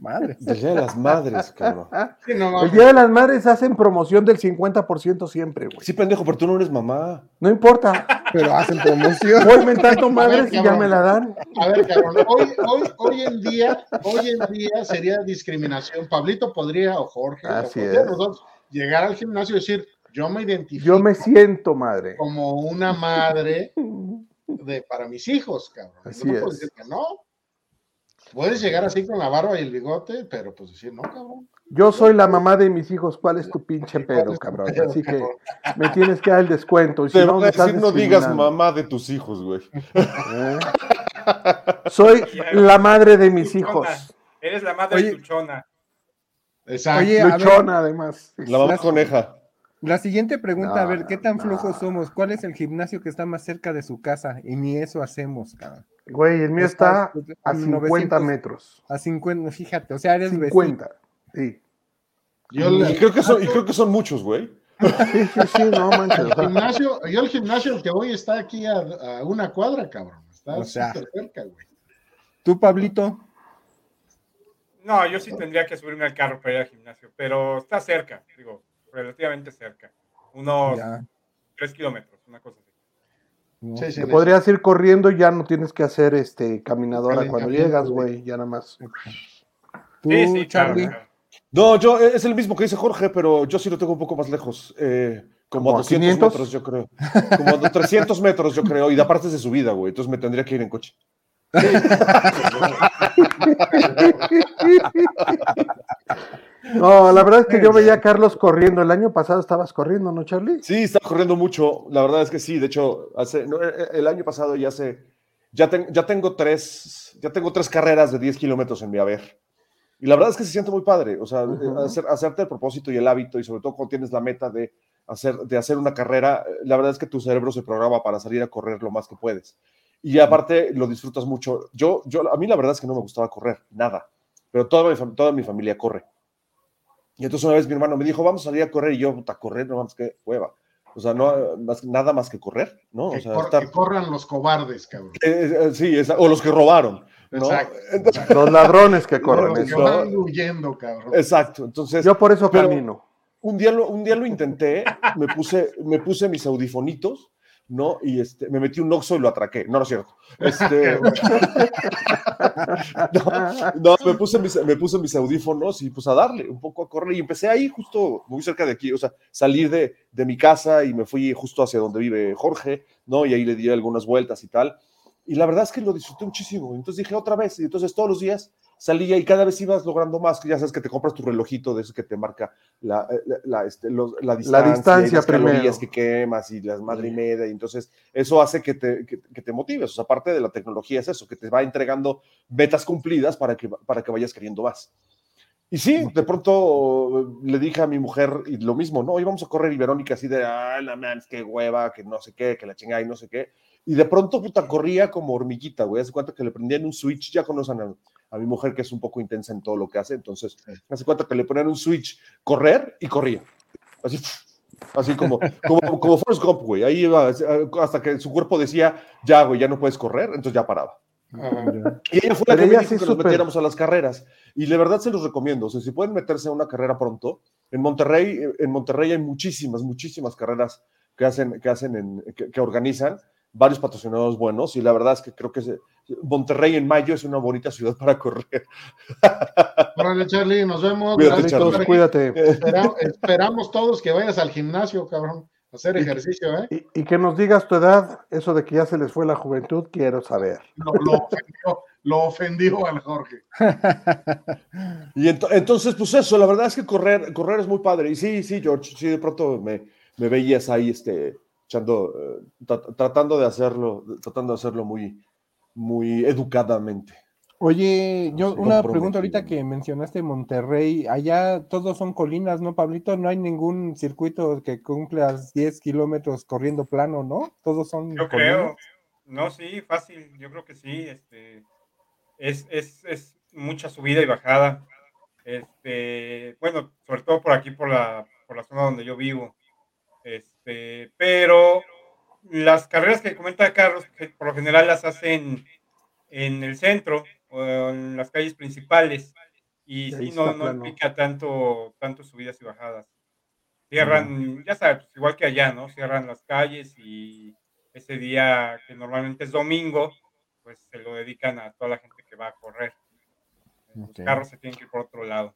B: madre.
E: Del Día de las madres, cabrón.
A: Sí, no
C: El
A: mames.
C: Día de las Madres hacen promoción del 50% siempre, güey.
E: Sí, pendejo, pero tú no eres mamá.
C: No importa.
B: Pero hacen promoción.
C: Voy mentando madres y ya me la dan.
A: A ver, cabrón, hoy, hoy, hoy en día, hoy en día sería discriminación. Pablito podría, o Jorge, o
C: Así
A: cualquiera de
C: es.
A: nosotros, llegar al gimnasio y decir, yo me identifico
C: Yo me siento madre.
A: como una madre de, para mis hijos, cabrón.
C: Así
A: no puedo
C: es.
A: decir que no. Puedes llegar así con la barba y el bigote, pero pues decir, no, cabrón.
C: Yo soy la mamá de mis hijos. ¿Cuál es tu pinche pedo, cabrón? Así que me tienes que dar el descuento. Y si
E: Te
C: no,
E: van
C: me
E: a
C: estás
E: decir, no digas
C: discriminando,
E: mamá de tus hijos, güey.
C: ¿eh? Soy la madre de mis hijos.
D: Eres la madre
B: Oye.
D: luchona.
A: Exacto.
B: Oye, a ver.
C: Luchona, además.
E: La mamá
B: Las-
E: coneja.
B: La siguiente pregunta, a
C: No,
B: ver, ¿qué tan
C: no.
B: flojos somos? ¿Cuál es el gimnasio que está más cerca de su casa? Y ni eso hacemos, cabrón.
C: Güey, el mío está a 50
B: 900.
C: metros.
B: A 50, fíjate, o sea, eres vecino.
C: 50. Sí.
A: Yo
E: Y
A: le-
E: creo que son, y creo que son muchos, güey.
C: Sí, sí, sí, no manches.
A: el gimnasio, yo el gimnasio al que voy está aquí a, a una cuadra, cabrón. Está
B: O sea.
A: súper cerca, güey.
B: Tú, Pablito,
D: No, yo sí tendría que subirme al carro para ir al gimnasio, pero está cerca, digo, relativamente cerca. Unos
B: ya.
D: tres kilómetros, una cosa así.
B: ¿no?
A: Sí, sí,
C: Te
A: de-
C: podrías ir corriendo y ya no tienes que hacer este caminadora cuando
A: Calentamiento,
C: llegas,
A: güey.
C: güey. Ya nada más.
B: Tú,
D: sí, sí, claro,
B: Charlie,
D: claro.
E: No, yo e, es el mismo que dice Jorge, pero yo sí lo tengo un poco más lejos. eh, como
C: ¿Como
E: a
C: a
E: 200
C: 500?
E: metros, yo creo. Como a 300 metros, yo creo. Y de aparte es de subida, güey. Entonces me tendría que ir en coche.
C: No, la verdad es que yo veía a Carlos corriendo. El año pasado estabas corriendo, ¿no, Charlie?
E: Sí, está corriendo mucho. La verdad es que sí. De hecho, hace, no, eh, eh, el año pasado ya hace. Ya, ten- ya, tengo tres, ya tengo tres carreras de 10 kilómetros en mi haber. Y la verdad es que se siente muy padre. O sea, eh,
C: Ujú.
E: hacer- hacerte el propósito y el hábito, y sobre todo cuando tienes la meta de hacer, de hacer una carrera, eh, la verdad es que tu cerebro se programa para salir a correr lo más que puedes. Y aparte lo disfrutas mucho. Yo, yo, a mí la verdad es que no me gustaba correr, nada. Pero toda mi, fam- toda mi familia corre. Y entonces una vez mi hermano me dijo, vamos a salir a correr. Y yo, puta, correr, no mames, qué hueva. O sea, no, eh, más- nada más que correr, ¿no? O
A: que,
E: sea,
A: cor-
E: estar-
A: que corran los cobardes, cabrón.
E: eh, eh, sí, esa- o los que robaron. ¿no?
A: Exacto.
E: Entonces-
C: Los ladrones que corren.
A: Los que
E: eso.
A: van huyendo, cabrón.
E: exacto. Entonces,
C: Yo por eso
E: Pero-
C: camino.
E: un día lo, un día lo intenté, me puse, me puse mis audifonitos, ¿no? Y este, me metí un oxo y lo atraqué. No, no es cierto. Este, no, no, me puse, mis, me puse mis audífonos y pues a darle un poco a correr. Y empecé ahí justo muy cerca de aquí, o sea, salir de, de mi casa y me fui justo hacia donde vive Jorge, ¿no? Y ahí le di algunas vueltas y tal. Y la verdad es que lo disfruté muchísimo. Entonces dije otra vez, y entonces todos los días salía y cada vez ibas logrando más, que ya sabes que te compras tu relojito de ese que te marca la, la, la, este, los- la distancia, y
C: distancia
E: las
C: primero.
E: calorías que quemas y las madre y media, y entonces eso hace que te, que, que te motives, o sea, aparte de la tecnología es eso, que te va entregando metas cumplidas para que, para que vayas queriendo más. Y sí, de pronto eh, le dije a mi mujer y lo mismo, ¿no? Íbamos a correr y Verónica así de, ah, la man, qué hueva, que no sé qué, que la chingada y no sé qué. Y de pronto, puta, corría como hormiguita, güey. Hace cuenta que le prendían un switch, ya conocen a, a mi mujer que es un poco intensa en todo lo que hace, entonces, hace cuenta que le ponían un switch, correr y corría. Así, así como, como, como Forrest Gump, güey. Ahí iba eh, hasta que su cuerpo decía, ya, güey, ya no puedes correr, entonces ya paraba. Y ella fue la
C: Ah, Pero
E: que me
C: ella
E: dijo
C: sí
E: que nos
C: súper-
E: metiéramos a las carreras. Y de verdad se los recomiendo. O sea, si pueden meterse a una carrera pronto, en Monterrey, eh, en Monterrey hay muchísimas, muchísimas carreras que hacen, que hacen, en- que, que organizan varios patrocinados buenos. Y la verdad es que creo que se- Monterrey en mayo es una bonita ciudad para correr.
A: Órale, Charlie, nos vemos.
E: Cuídate,
A: Gracias,
C: Carlitos,
E: Charlie.
A: Charlie.
C: cuídate.
A: Espera- esperamos todos que vayas al gimnasio, cabrón, a hacer ejercicio, ¿eh?
C: Y, y que nos digas tu edad, eso de que ya se les fue la juventud, quiero saber.
A: Lo, lo ofendió, lo ofendió al Jorge.
E: Y ento- entonces, pues eso, la verdad es que correr, correr es muy padre. Y sí, sí, George, sí, de pronto me, me veías ahí, este, echando, eh, tra- tratando de hacerlo, tratando de hacerlo muy, muy educadamente.
B: Oye, yo
E: Sí,
B: una
E: comprometido,
B: pregunta ahorita
E: ¿no?
B: que mencionaste Monterrey, allá todos son colinas, ¿no, Pablito? No hay ningún circuito que cumpla 10 kilómetros corriendo plano, ¿no? Todos son
D: Yo creo. No, sí, fácil. Yo creo que sí. Este, es, es, es mucha subida y bajada. Este, bueno, sobre todo por aquí, por la, por la zona donde yo vivo. Este, pero las carreras que comenta Carlos, que por lo general las hacen en el centro o en las calles principales. Y
C: Y ahí
D: sí, no,
C: está
D: no
C: plano.
D: implica tanto, tanto subidas y bajadas. Cierran, ya sabes, pues, igual que allá, ¿no? Cierran las calles y ese día que normalmente es domingo, pues se lo dedican a toda la gente que va a correr. Los
B: Ok.
D: carros se tienen que ir por otro lado.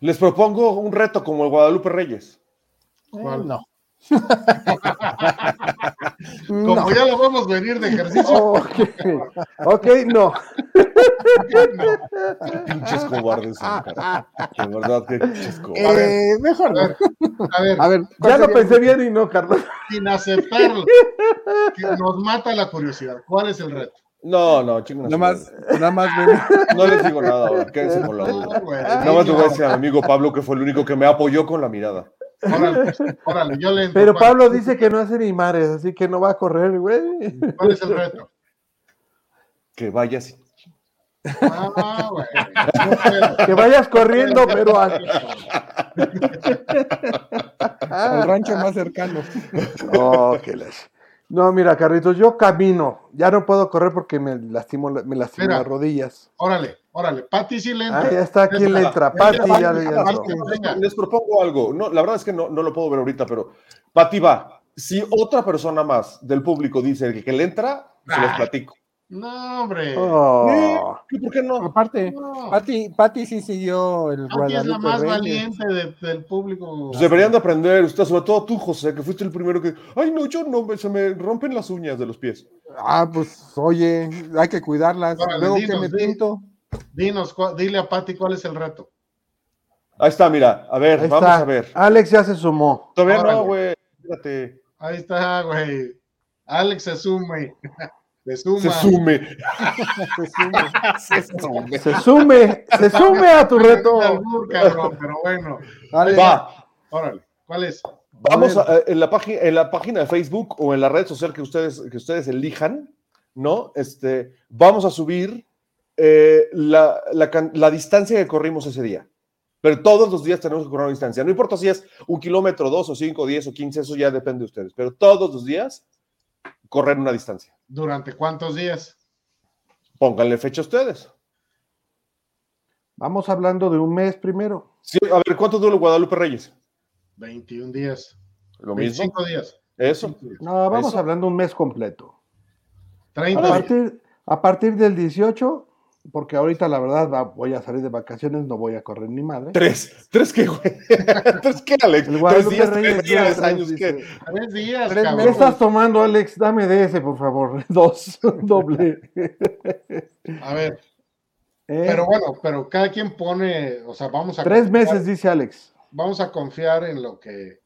E: Les propongo un reto como el Guadalupe Reyes.
A: ¿Cuál?
B: no.
A: Como ya lo vamos a venir de ejercicio,
C: Ok, ok, no.
A: no.
E: Pinches cobardes, son, cara. De verdad, que pinches cobardes.
B: Eh, mejor
A: A
B: no.
A: ver, a ver,
B: A ver, ¿cuál
C: Ya lo
B: sería?
C: pensé bien y no, Carlos.
A: sin aceptarlo, que nos mata la curiosidad. ¿Cuál es el reto?
E: No, no, chinguen a su
B: Nada más,
E: madre.
B: nada más ven-
E: No les digo nada ahora, quédense con la duda.
A: güey,
E: Nada Ah, más le voy a decir a mi amigo Pablo que fue el único que me apoyó con la mirada.
A: Órale, órale, yo le entro.
C: Pero
A: ¿Cuál-
C: Pablo dice que no hace ni mares, así que no va a correr, güey.
A: ¿Cuál es el reto?
E: Que vaya así.
A: Ah, güey. No puedo.
C: Que vayas corriendo, pero a-
B: al rancho más cercano.
C: Oh, qué las- No, mira, Carlitos, yo camino. Ya no puedo correr porque me lastimo, la- me lastimo
A: Mira.
C: las rodillas.
A: Órale, órale. Pati sí le entra.
C: Ah, ya está aquí en la entra. Pati ya le entró.
A: Venga.
E: Les propongo algo. No, la verdad es que no, no lo puedo ver ahorita, pero Pati va. Si otra persona más del público dice que, que le entra, se los platico.
A: No, hombre.
C: Ah. Oh.
E: ¿Y por qué no?
B: Aparte,
A: No.
B: Patty, Patty sí siguió el
A: Pati es la
B: Guadalupe
A: más
B: Reyes.
A: valiente de- del público.
E: Pues deberían de aprender, usted, sobre todo tú, José, que fuiste el primero que. Ay, no, yo no, me- se me rompen las uñas de los pies.
B: Ah, pues oye, hay que cuidarlas.
A: Órale,
B: Luego que
A: dinos,
B: me
A: di.
B: pinto.
A: Dinos, cua- dile a Pati cuál es el reto.
E: Ahí está, mira, a ver,
C: Ahí
E: vamos
C: está.
E: a ver.
C: Alex ya se sumó.
E: Todavía
A: Órale.
E: no, güey. Espérate.
A: Ahí está, güey. Alex se sume. Se suma.
E: Se sume.
B: se sume.
E: Se sume.
C: Se sume, se sume a tu reto.
A: Un albur, cabrón, pero bueno.
B: Dale.
E: Va.
A: Órale. ¿Cuál es?
E: Vamos
B: ver.
E: a- eh, en, la página, en la página de Facebook o en la red social que ustedes, que ustedes elijan, ¿no? Este, vamos a subir eh, la, la can- la distancia que corrimos ese día. Pero todos los días tenemos que correr una distancia. No importa si es un kilómetro, dos o cinco, diez o quince, eso ya depende de ustedes. Pero todos los días correr una distancia.
A: ¿Durante cuántos días?
E: Pónganle fecha a ustedes.
C: Vamos hablando de un mes primero.
E: Sí, a ver, ¿cuánto dura el Guadalupe Reyes?
A: 21 días.
E: Lo mismo.
A: 25 días.
E: Eso.
C: No, vamos
E: Eso.
C: hablando un mes completo. A
A: 30 días.
C: partir, a partir del 18, porque ahorita la verdad va- voy a salir de vacaciones, no voy a correr ni madre.
E: Tres. ¿Tres qué, güey? ¿Tres qué, Alex?
C: El Guadalupe
E: Tres días,
C: Reyes
E: tres
C: dura
E: días,
C: tres,
E: años,
C: dice.
E: ¿qué?
A: Tres días,
B: Tres
C: ¿Qué
A: cabrón.
C: estás tomando, Alex? Eh, Dame de ese, por favor. Dos, doble.
A: A ver,
C: ¿eh?
A: Pero bueno, pero cada quien pone, o sea, vamos a
C: Tres
A: confiar-
C: meses, dice Alex.
A: Vamos a confiar en lo que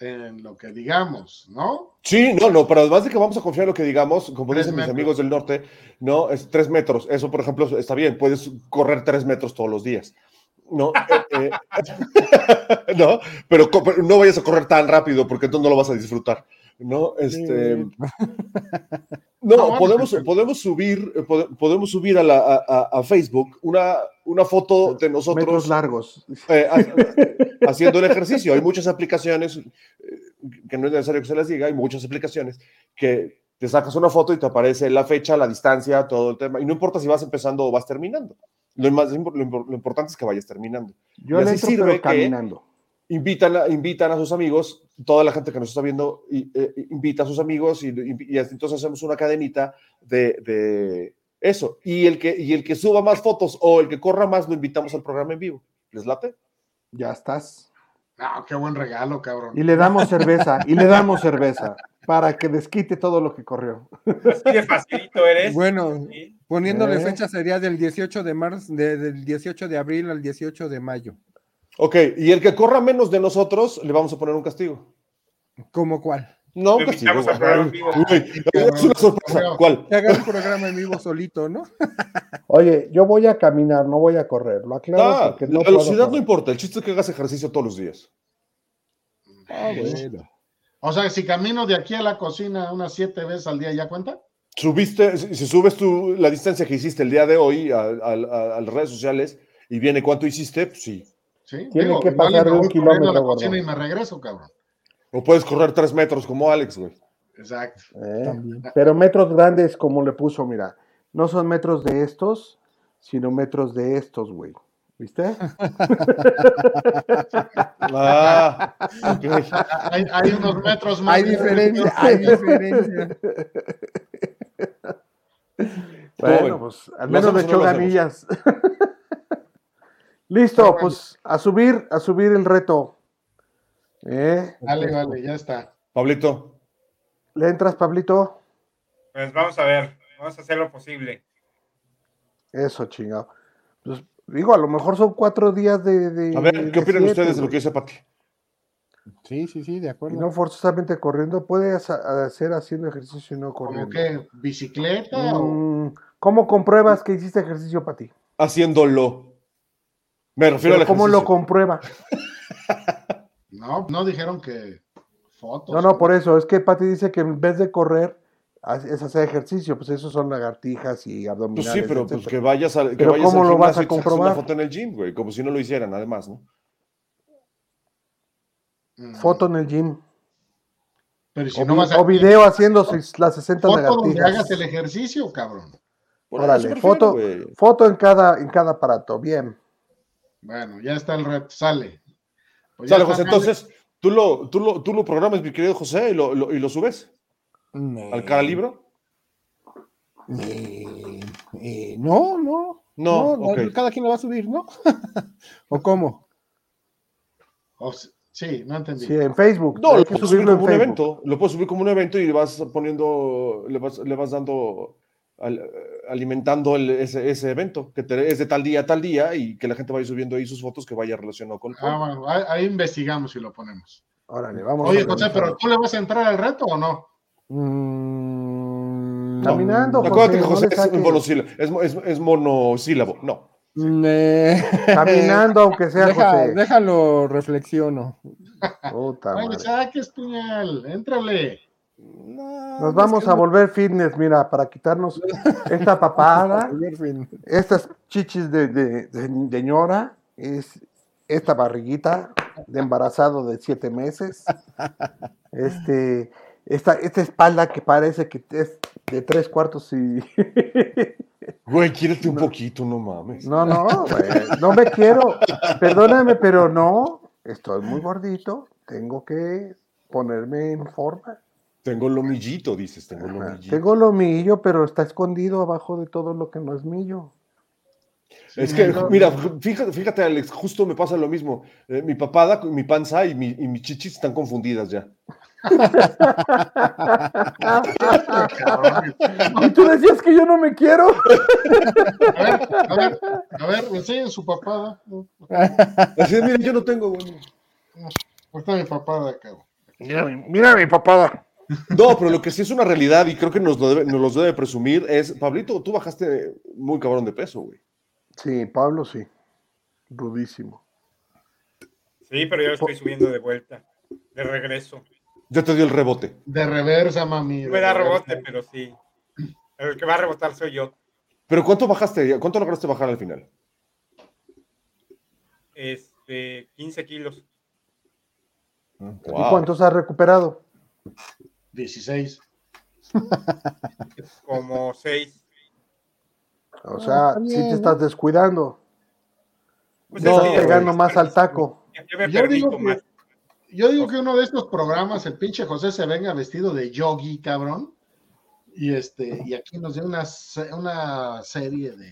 A: en lo que digamos, ¿no?
E: Sí, no, no, pero además de que vamos a confiar en lo que digamos, como
A: Tres
E: dicen mis
A: metros.
E: amigos del norte, no, es tres metros. Eso, por ejemplo, está bien, puedes correr tres metros todos los días. No, Eh, eh, no, pero co- pero no vayas a correr tan rápido porque entonces no lo vas a disfrutar. No, este. No,
A: No, bueno,
E: podemos,
A: pero-
E: podemos subir, eh, pode- podemos subir a, la, a- a- a Facebook una, una foto de nosotros
C: Metros largos.
E: eh, ha- haciendo el ejercicio. Hay muchas aplicaciones, eh, que no es necesario que se las diga, hay muchas aplicaciones que te sacas una foto y te aparece la fecha, la distancia, todo el tema. Y no importa si vas empezando o vas terminando. Lo, más, impor- lo impor- lo importante es que vayas terminando.
C: Yo
E: Y
C: le
E: así
C: entro,
E: sirve
C: pero
E: que-
C: caminando.
E: Invitan a, invitan a sus amigos, toda la gente que nos está viendo y, eh, invita a sus amigos y, y- y entonces hacemos una cadenita de, de eso. Y el, que, y el que suba más fotos o el que corra más lo invitamos al programa en vivo. ¿Les late?
C: Ya estás.
A: No, Ah, qué buen regalo, cabrón.
C: Y le damos cerveza, y le damos cerveza, para que desquite todo lo que corrió.
D: Así de facilito eres.
B: Bueno,
D: Sí.
B: poniéndole
C: ¿Eh?
B: fecha sería del 18 de marzo, de- del 18 de abril al 18 de mayo.
E: Ok, y el que corra menos de nosotros le vamos a poner un castigo.
B: ¿Cómo cuál?
E: No,
D: Lo
E: un
C: pues,
E: castigo.
D: invitamos al
E: güey.
D: programa en vivo.
E: Uy, es una sorpresa. ¿Cuál?
B: Que haga un programa en vivo solito, ¿no?
C: Oye, yo voy a caminar, no voy a correr. Lo aclaro
E: Ah,
C: porque no
E: la
C: puedo
E: velocidad no
C: correr.
E: importa, el chiste es que hagas ejercicio todos los días.
C: Ah,
A: O sea, si camino de aquí a la cocina unas siete veces al día, ¿ya cuenta?
E: Subiste, si si subes tu, la distancia que hiciste el día de hoy a, a- a- a las redes sociales y viene cuánto hiciste, pues sí.
A: Sí.
C: Tiene que
A: igual y
C: pasar
A: me voy corriendo a
C: un
A: la
C: kilómetro,
A: cocina y
C: gordo.
A: me regreso, cabrón.
E: O puedes correr tres metros como Alex, güey.
A: Exacto.
C: ¿eh? Pero metros grandes, como le puso, mira, no son metros de estos, sino metros de estos, güey. ¿Viste?
E: Ah, ok.
A: Hay, hay unos metros más.
B: Hay diferencia, hay diferencia.
E: Bueno,
C: Bueno, pues al
E: ¿lo
C: menos
E: hacemos
C: me
E: o no
C: echó
E: lo hacemos?
C: ganillas. Listo,
A: Bueno.
C: pues a subir, a subir el reto. ¿Eh?
A: Vale, vale, ya está.
E: Pablito,
C: ¿Le entras, Pablito?
D: Pues vamos a ver, vamos a hacer lo posible.
C: Eso, chingado. Pues, digo, a lo mejor son cuatro días de. de-
E: a ver, ¿qué
C: de
E: opinan
C: siete,
E: ustedes de lo
C: güey.
E: que dice Pati?
B: Sí, sí, sí, de
C: Y
B: acuerdo.
C: no forzosamente corriendo, puedes ha- hacer haciendo ejercicio y no
A: ¿Como
C: corriendo.
A: que bicicleta o
C: Mm, ¿Cómo compruebas que hiciste ejercicio para ti?
E: Haciéndolo. Me refiero al
C: ¿Cómo lo
E: ejercicio.
C: comprueba?
A: no, no dijeron que fotos.
C: No, no, por eso. Es que Pati dice que en vez de correr hace- es hacer ejercicio. Pues eso son lagartijas y abdominales.
E: Pues sí, pero pues
C: etcétera.
E: que vayas al, que
C: Pero
E: vayas
C: ¿cómo
E: al
C: lo vas
E: gimnasio
C: a
E: y te saques
C: comprobar?
E: una foto en el gym, güey, como si no lo hicieran, además, ¿no?
A: Mm.
C: Foto en el gym.
A: Pero si
C: O,
A: no
C: vi-
A: vas a
C: o video haciendo ses- las 60
A: foto donde hagas
C: lagartijas.
A: el ejercicio, cabrón.
E: Por
C: Órale,
E: eso me refiero,
C: foto,
E: güey.
C: foto en cada, en cada aparato. Bien.
A: Bueno, ya está el reto, sale. Pues ya
E: Sale,
A: está,
E: José,
A: sale.
E: entonces tú lo, tú, lo, tú lo programas, mi querido José, y lo, lo- y lo subes
B: No.
E: al cara libro.
B: Eh, eh, no, no.
E: No,
B: no,
E: ok.
B: no, cada quien lo va a subir, ¿no? ¿O cómo?
A: O s- sí, no entendí.
C: Sí, en Facebook.
E: No,
C: hay
E: lo
C: que
E: puedes subir
C: subirlo en
E: como un
C: Facebook.
E: evento. Lo puedes subir como un evento y le vas poniendo, le vas, le vas dando, al- alimentando el- ese, ese evento, que te- es de tal día a tal día y que la gente vaya subiendo ahí sus fotos que vaya relacionado con.
A: Ah, bueno, ahí, ahí investigamos y lo ponemos.
C: Órale, vamos.
A: Oye,
C: a
A: José, pero ¿tú le vas a entrar al reto o no?
B: Mm,
C: Caminando,
B: no.
E: Acuérdate que
C: Ah, José,
E: José
C: no le
E: es, un
C: saques.
E: monosílabo, es, mo- es- es monosílabo. No.
B: Mm, eh,
C: Caminando, aunque sea
B: deja-
C: José.
B: Déjalo, reflexiono.
F: Ah,
C: Puta
A: Ay,
C: madre.
A: saques, puñal, éntrale.
B: ¿Ah?
C: Nos vamos a volver fitness, mira, para quitarnos esta papada, estas chichis de, de, de- de ñora, es esta barriguita de embarazado de siete meses, este, esta, esta espalda que parece que es de tres cuartos y...
E: Güey, quiérete un poquito, no mames.
C: No, no, güey, no me quiero, perdóname, pero no, estoy muy gordito, tengo que ponerme en forma.
E: Tengo lomillito, dices, tengo
C: Ajá,
E: lomillito.
C: Tengo lo millo, pero está escondido abajo de todo lo que no es millo.
E: Es
A: Sí,
E: que,
A: no,
E: mira, fíjate, fíjate, Alex, justo me pasa lo mismo. Eh, mi papada, mi panza y mi, y mi chichis están confundidas ya.
A: cabrón.
C: Y tú decías que yo no me quiero.
A: A ver, A ver, a ver, me enseñen su papada.
E: Así de, mira, yo no tengo, güey.
A: Ahorita mi papada acá. güey.
C: Mira, mi- mira mi papada.
E: No, pero lo que sí es una realidad y creo que nos lo debe- nos los debe presumir es, Pablito, tú bajaste muy cabrón de peso, güey.
F: Sí, Pablo sí. Rudísimo.
D: Sí, pero yo lo estoy subiendo de vuelta, de regreso.
E: Ya te dio el rebote.
A: De reversa, mami.
D: No
A: de
D: me da
A: reversa.
D: rebote, pero sí. El que va a rebotar soy yo.
E: Pero ¿cuánto bajaste? ¿Cuánto lograste bajar al final?
D: Este, 15 kilos.
E: Wow.
F: ¿Y cuántos has recuperado?
A: 16.
D: como seis.
F: O sea,
B: Ah, está
F: sí
B: bien,
F: te
B: ¿no?
F: estás descuidando.
D: Pues
E: No,
D: es que ya-
F: Estás pegando más al taco.
D: Ya, ya me
A: Yo
D: permito
A: digo que-
D: más.
A: Yo digo que uno de estos programas, el pinche José se venga vestido de yogi, cabrón. Y este, y aquí nos dé una, se- una serie de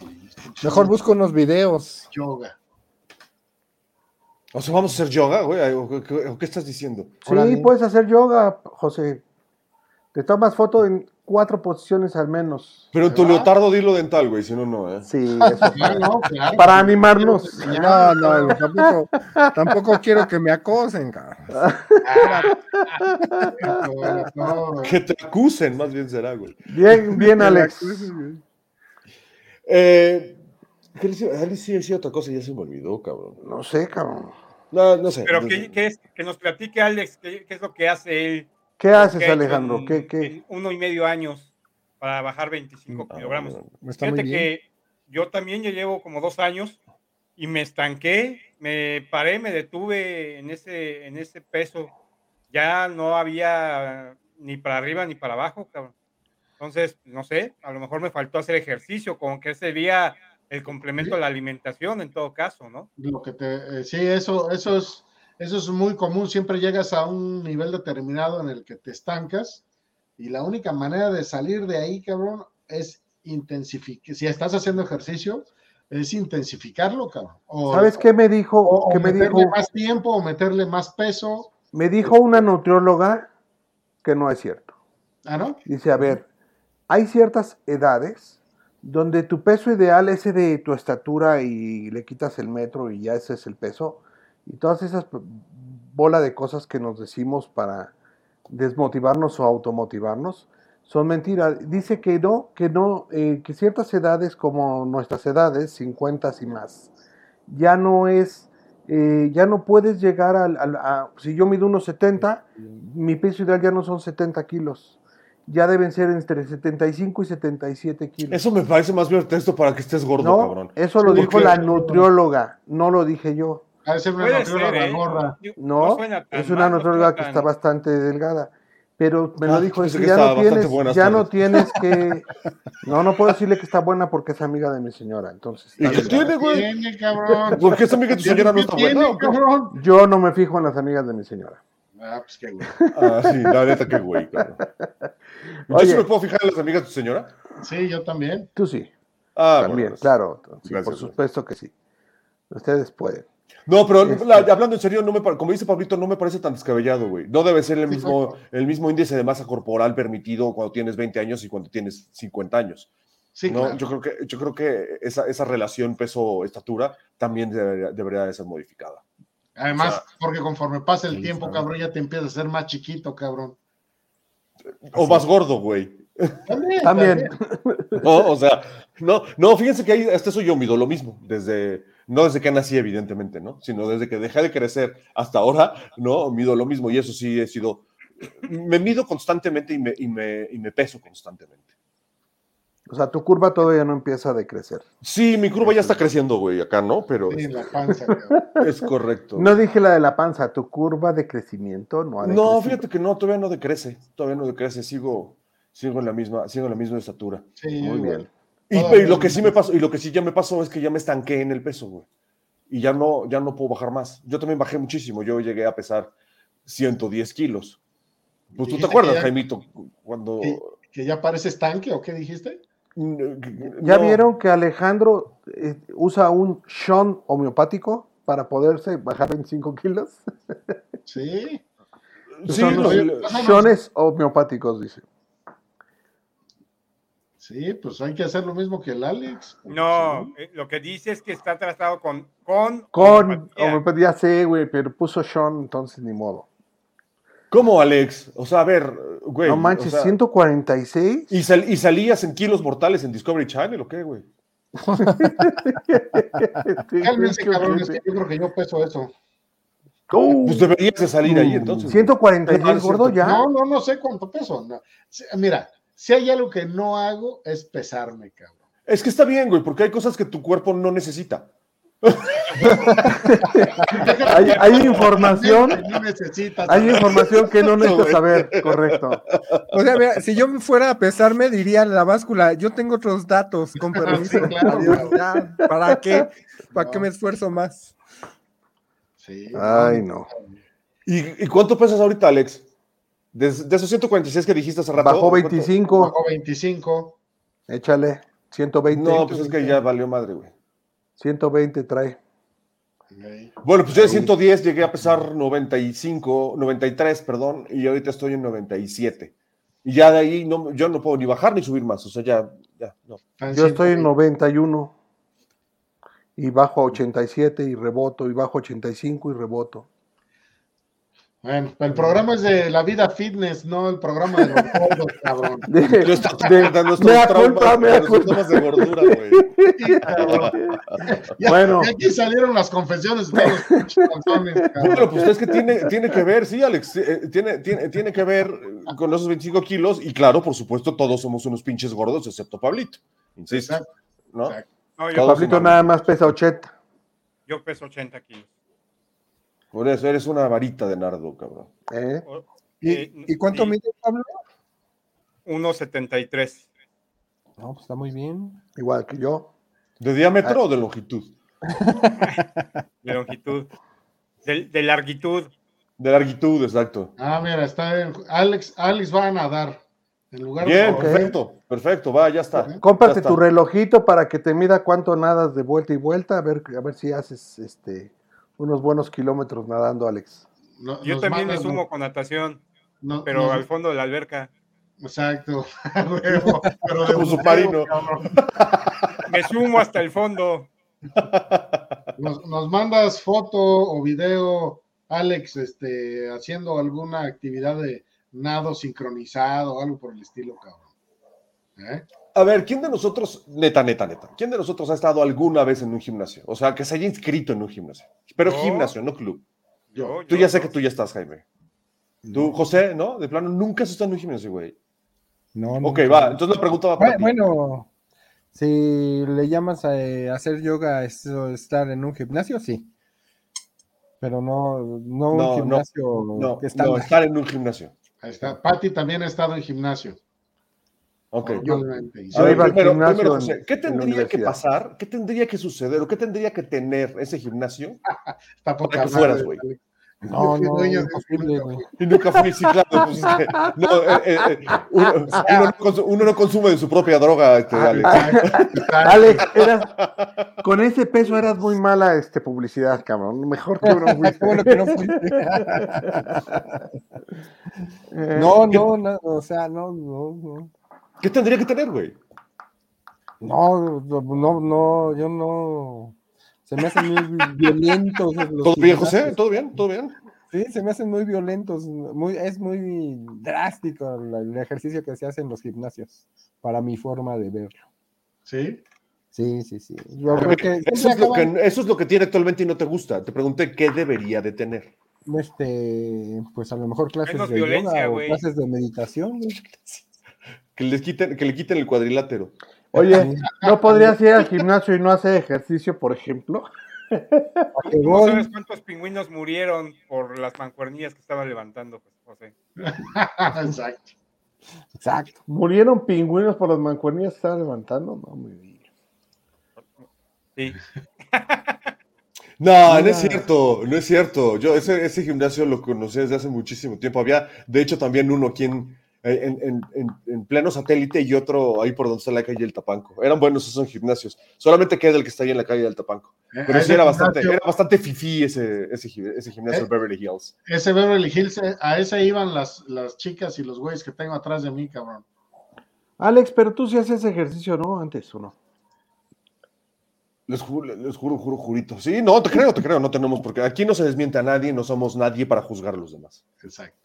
B: Mejor busco unos videos.
A: yoga.
E: O sea, vamos a hacer yoga, güey. ¿O qué- qué- o qué estás diciendo?
F: Sí,
B: Órale.
F: puedes hacer yoga, José. Te tomas foto en cuatro posiciones al menos.
E: Pero en tu
A: ¿Verdad?
E: leotardo dilo dental, güey, si no, no, ¿eh?
F: Sí, eso.
A: Ah, no, claro.
F: Para animarnos.
B: No, no, tampoco, tampoco quiero que me acosen, cabrón.
A: No,
E: Que te acusen, más bien será, güey.
F: Bien, bien, Alex.
E: Eh, ¿Qué les iba- ah, les iba a decir otra cosa? Ya se me olvidó, cabrón.
F: No sé, cabrón.
E: No, no sé.
D: Pero
E: No
D: que,
E: sé.
D: que nos platique Alex, ¿qué, qué es lo que hace él?
F: ¿Qué haces,
D: que ha hecho
F: Alejandro?
D: en-
F: ¿Qué, qué?
D: en uno y medio años para bajar 25
E: Ah,
D: kilogramos.
E: bueno.
B: Está muy
D: Fíjate
B: bien.
D: que yo también ya llevo como dos años y me estanqué, me paré, me detuve en ese, en ese peso. Ya no había ni para arriba ni para abajo, cabrón. Entonces, no sé, a lo mejor me faltó hacer ejercicio, como que sería el complemento a la alimentación en todo caso, ¿no?
A: lo que te, eh, sí, eso, eso es, eso es muy común. Siempre llegas a un nivel determinado en el que te estancas y la única manera de salir de ahí, cabrón, es intensificar. Si estás haciendo ejercicio, es intensificarlo, cabrón. O,
F: ¿Sabes qué me dijo?
A: o- o
F: ¿Qué me
A: meterle
F: dijo?
A: más tiempo o meterle más peso.
F: Me dijo una nutrióloga que no es cierto.
A: Ah, ¿no?
F: Dice, a ver, hay ciertas edades donde tu peso ideal, ese de tu estatura y le quitas el metro y ya ese es el peso, y todas esas p- bola de cosas que nos decimos para desmotivarnos o automotivarnos, son mentiras. Dice que no, que no, eh, que ciertas edades como nuestras edades, 50 y más, ya no es, eh, ya no puedes llegar al, al- a, si yo mido unos 70, mi peso ideal ya no son 70 kilos, ya deben ser entre 75 y 77 kilos.
E: Eso me parece más bien texto para que estés gordo,
F: no,
E: cabrón.
F: eso lo
E: Sí,
F: dijo
E: porque-
F: la nutrióloga, no lo dije yo.
A: Ha de ser una
D: Puede
A: nutrióloga
D: ser, ¿eh?
A: gorda.
D: Digo,
F: No,
D: suena
E: Ah,
D: tan
F: es una
D: mal, no
F: nutrióloga
D: suena
F: que
D: tan-
F: está bastante delgada. Pero me
E: Ah,
F: lo dijo,
E: pensé
F: es que
E: que
F: ya, no
E: estaba bastante
F: tienes,
E: buena
F: ya
E: hasta
F: no tienes que... No, no puedo decirle que está buena porque es amiga de mi señora. Entonces,
E: ¿Y qué
F: está bien.
E: tiene, güey?
A: Tiene, cabrón.
E: ¿Por qué esa amiga de tu señora no
A: ¿Qué
E: está
A: tiene,
E: buena? o qué?
A: cabrón?
F: yo no me fijo en las amigas de mi señora.
A: Ah, pues qué güey.
E: Ah, sí, la neta, qué güey, cabrón. ¿Yo
F: Oye.
E: sí me puedo fijar en las amigas de tu señora?
A: Sí, yo también.
F: Tú sí,
E: Ah,
F: también,
E: bueno,
F: claro. sí,
E: Gracias,
F: por
E: güey.
F: supuesto que sí. Ustedes pueden.
E: No, pero
F: Este-
E: la- hablando en serio, no me, par- como dice Pablito, no me parece tan descabellado, güey. No debe ser el
A: Sí,
E: mismo, el mismo índice de masa corporal permitido cuando tienes 20 años y cuando tienes 50 años.
A: Sí,
E: ¿no?
A: claro.
E: yo, creo que, yo creo que esa, esa relación peso-estatura también debería, debería de ser modificada.
A: Además,
E: o sea,
A: porque conforme pasa el
E: sí,
A: tiempo,
E: está.
A: cabrón, ya te empiezas a ser más chiquito, cabrón.
E: O más gordo, güey.
A: También.
F: También.
E: No, o sea, no, no, fíjense que ahí hasta eso yo mido lo mismo, desde, no desde que nací, evidentemente, ¿no? Sino desde que dejé de crecer hasta ahora, ¿no? Mido lo mismo y eso sí he sido, me mido constantemente y me, y me, y me peso constantemente.
F: O sea, tu curva todavía no empieza a decrecer.
E: Sí, mi curva ya está creciendo, güey, acá, ¿no? Pero
A: Sí, en
E: es,
A: la panza, cabrón.
E: es correcto.
F: No dije la de la panza, tu curva de crecimiento no ha
E: No,
F: decrecido.
E: fíjate que no, todavía no decrece, todavía no decrece, sigo, sigo en la misma, sigo en la misma estatura.
A: Sí,
E: Muy
A: güey.
E: bien. Y,
A: Todavía
E: y lo
A: no.
E: que sí me pasó, y lo que sí ya me pasó es que ya me estanqué en el peso, güey. Y ya no, ya no puedo bajar más. Yo también bajé muchísimo. Yo llegué a pesar 110 kilos. Pues tú te
A: Dijiste
E: acuerdas,
A: que ya-
E: Jaimito, cuando.
A: Sí. ¿Que ya pareces tanque o qué dijiste?
F: ¿Ya
E: No,
F: vieron que Alejandro eh, usa un Sean homeopático para poderse bajar 25 kilos?
A: Sí. pues,
E: Sí,
F: Son
E: lo-
F: los
A: lo-
F: Seanes homeopáticos, dice.
A: Sí, pues hay que hacer lo mismo que el Alex. porque
D: No, eh, lo que dice es que está tratado con. Con.
C: Con,
D: homeopatía.
C: homeopatía, ya sé, güey, pero puso Sean, entonces ni modo.
E: ¿Cómo, Alex? O sea, a ver, güey.
C: no manches,
E: o sea,
C: 146.
E: ¿y, sal- y salías en kilos mortales en Discovery Channel o qué, güey?
A: si no, Cálmense, cabrones, que yo creo que yo peso eso.
C: Uh,
E: Pues deberías de salir ahí entonces. güey.
C: 146, gordo, ya.
A: No, no, no sé cuánto peso. no. Sí, Mira, si hay algo que no hago es pesarme, cabrón.
E: Es que está bien, güey, porque hay cosas que tu cuerpo no necesita.
C: Hay, hay información,
A: No necesitas.
C: hay información que no necesitas saber, correcto.
B: O sea, mira, si yo fuera a pesarme, diría la báscula, yo tengo otros datos, con permiso.
A: Sí, claro.
B: Adiós, ya, ¿Para qué? ¿Para qué
A: No.
B: me esfuerzo más?
A: Sí.
C: Ay, no.
E: ¿Y, y cuánto pesas ahorita, Alex? De, de esos 146 que dijiste hace rato.
C: Bajó
E: ¿cuánto?
C: 25,
A: Bajo 25.
C: échale, 120,
E: No, pues es que ya valió madre, güey.
C: 120 trae.
A: ok.
E: Bueno, pues yo de 110 llegué a pesar 95, 93, perdón, y ahorita estoy en 97. Y ya de ahí no, yo no puedo ni bajar ni subir más, o sea, ya, ya, no.
A: Están
C: Yo estoy en
A: 120.
C: 91 y bajo a 87 y reboto, y bajo a 85 y reboto.
A: Bueno, el programa es de la vida fitness, no el programa de los gordos, cabrón.
C: De-
E: Yo estaba tratando estos
C: mea
E: traumas,
C: culpa, mea
E: los
C: culpa.
E: traumas de gordura, güey.
A: Sí, cabrón. Ya-
C: Bueno.
A: ya aquí salieron las confesiones de todos los pinches panzones,
E: Bueno,
A: cabrón.
E: pues es que tiene, tiene que ver, sí, Alex, eh, tiene, tiene, tiene que ver eh, con esos 25 kilos y claro, por supuesto, todos somos unos pinches gordos, excepto Pablito, insisto,
A: Exacto,
E: ¿no?
A: exacto.
D: No, yo,
E: Todo.
C: Pablito nada más pesa 80.
D: yo peso 80 kilos.
E: Por eso eres una varita de nardo, cabrón.
C: ¿eh?
D: O- eh,
B: ¿Y, y cuánto
D: y
B: mide Pablo?
D: 1.73.
B: No, pues está muy bien.
C: Igual que yo.
E: ¿De diámetro o de longitud?
D: de longitud, de, de largitud.
E: De largitud, exacto.
A: Ah, mira, está en- Alex, Alex va a nadar. En lugar
E: Bien,
A: de.
E: perfecto, perfecto, va, ya está.
C: Cómprate
E: Ya está.
C: tu relojito para que te mida cuánto nadas de vuelta y vuelta, a ver, a ver si haces este unos buenos kilómetros nadando, Alex.
A: no-
D: Yo
A: nos
D: también me
A: mandas,
D: sumo con natación,
A: no-
D: pero
A: nos-
D: al fondo de la alberca.
A: Exacto. a huevo, pero de
E: Como
A: buceo,
E: submarino.
A: cabrón.
D: Me sumo hasta el fondo.
A: Nos, nos mandas foto o video, Alex, este, haciendo alguna actividad de nado sincronizado o algo por el estilo, cabrón. ¿Eh?
E: A ver, ¿quién de nosotros, neta, neta, neta, quién de nosotros ha estado alguna vez en un gimnasio? O sea, que se haya inscrito en un gimnasio. Pero
D: No.
E: gimnasio, no club.
A: Yo.
E: Tú ya sé
D: yo-
E: que tú ya estás, Jaime. Tú, José, ¿no? De plano, nunca has estado en un gimnasio, güey.
B: No, no.
E: Ok, va, entonces la pregunta va para
B: Bueno,
E: ti.
B: bueno, si le llamas a eh, hacer yoga, eso, estar en un gimnasio, sí. Pero no, no
E: No, no,
B: un gimnasio
E: No,
B: que está
E: no, estar en un gimnasio.
A: Ahí está. Patti también ha estado en gimnasio.
E: Ok.
A: Normalmente. Y
E: A
C: Yo
E: ver,
C: iba al
E: primero,
C: gimnasio
E: primero,
C: en-
E: José, ¿qué
C: en la
E: tendría que
C: universidad.
E: pasar? ¿Qué tendría que suceder? ¿O qué tendría que tener ese gimnasio?
A: Está poca
E: Para que
A: madre,
E: fueras, güey.
A: Alex.
B: No,
A: Yo fui
B: no,
A: dueño de un
B: imposible,
A: club,
B: güey.
E: Y nunca fui, sí, claro. pues, eh, no, eh, eh, eh, uno, uno no consu- uno no consume de su propia droga, este, Alex.
A: Exacto, exacto.
C: Alex, eras, con ese peso eras muy mala este publicidad, cabrón. Mejor que no fuiste.
B: Qué bueno que no fuiste.
C: Eh,
B: No, no, no, o sea, no, no, no.
E: ¿Qué tendría que tener, güey?
B: No, no, no, yo no. Se me hacen muy violentos. los
E: ¿Todo bien,
B: gimnasios.
E: José? ¿Todo bien? ¿Todo bien?
B: Sí, se me hacen muy violentos. Muy, es muy drástico el, el ejercicio que se hace en los gimnasios, para mi forma de verlo.
A: Sí.
B: Sí, sí, sí. Yo creo que
E: Eso es, lo que, eso es lo que tiene actualmente y no te gusta. Te pregunté qué debería de tener.
B: este, pues a lo mejor clases
D: Menos
B: de yoga
D: violencia,
B: o
D: güey.
B: clases de meditación. güey.
E: Que, les quiten, que le quiten el cuadrilátero.
C: Oye, ¿no podrías ir al gimnasio y no hacer ejercicio, por ejemplo?
B: ¿A qué
D: No
B: voy?
D: sabes cuántos pingüinos murieron por las mancuernillas que estaban levantando, pues, José.
A: Exacto.
B: Exacto.
C: ¿Murieron pingüinos por las mancuernillas que estaban levantando? No, muy bien.
D: Sí.
E: No, no es cierto, no es cierto. Yo ese, ese gimnasio lo conocí desde hace muchísimo tiempo. Había, de hecho, también uno aquí en, eh, en, en- en- en pleno satélite y otro ahí por donde está la calle del Tapanco. Eran buenos esos gimnasios. Solamente queda el que está ahí en la calle del Tapanco. Pero
A: Eh,
E: sí era
A: ese
E: bastante,
A: gimnasio-
E: era bastante fifí ese, ese, gi- ese gimnasio
A: ¿Eh?
E: en Beverly Hills.
A: Ese Beverly Hills, eh, a ese iban las, las chicas y los güeyes que tengo atrás de mí, cabrón.
C: Alex, pero tú sí hacías ejercicio, ¿no? Antes o no.
E: Les juro, les juro, juro, jurito. Sí, no, te creo, te creo, no tenemos porque aquí no se desmiente a nadie, no somos nadie para juzgar a los demás.
A: Exacto.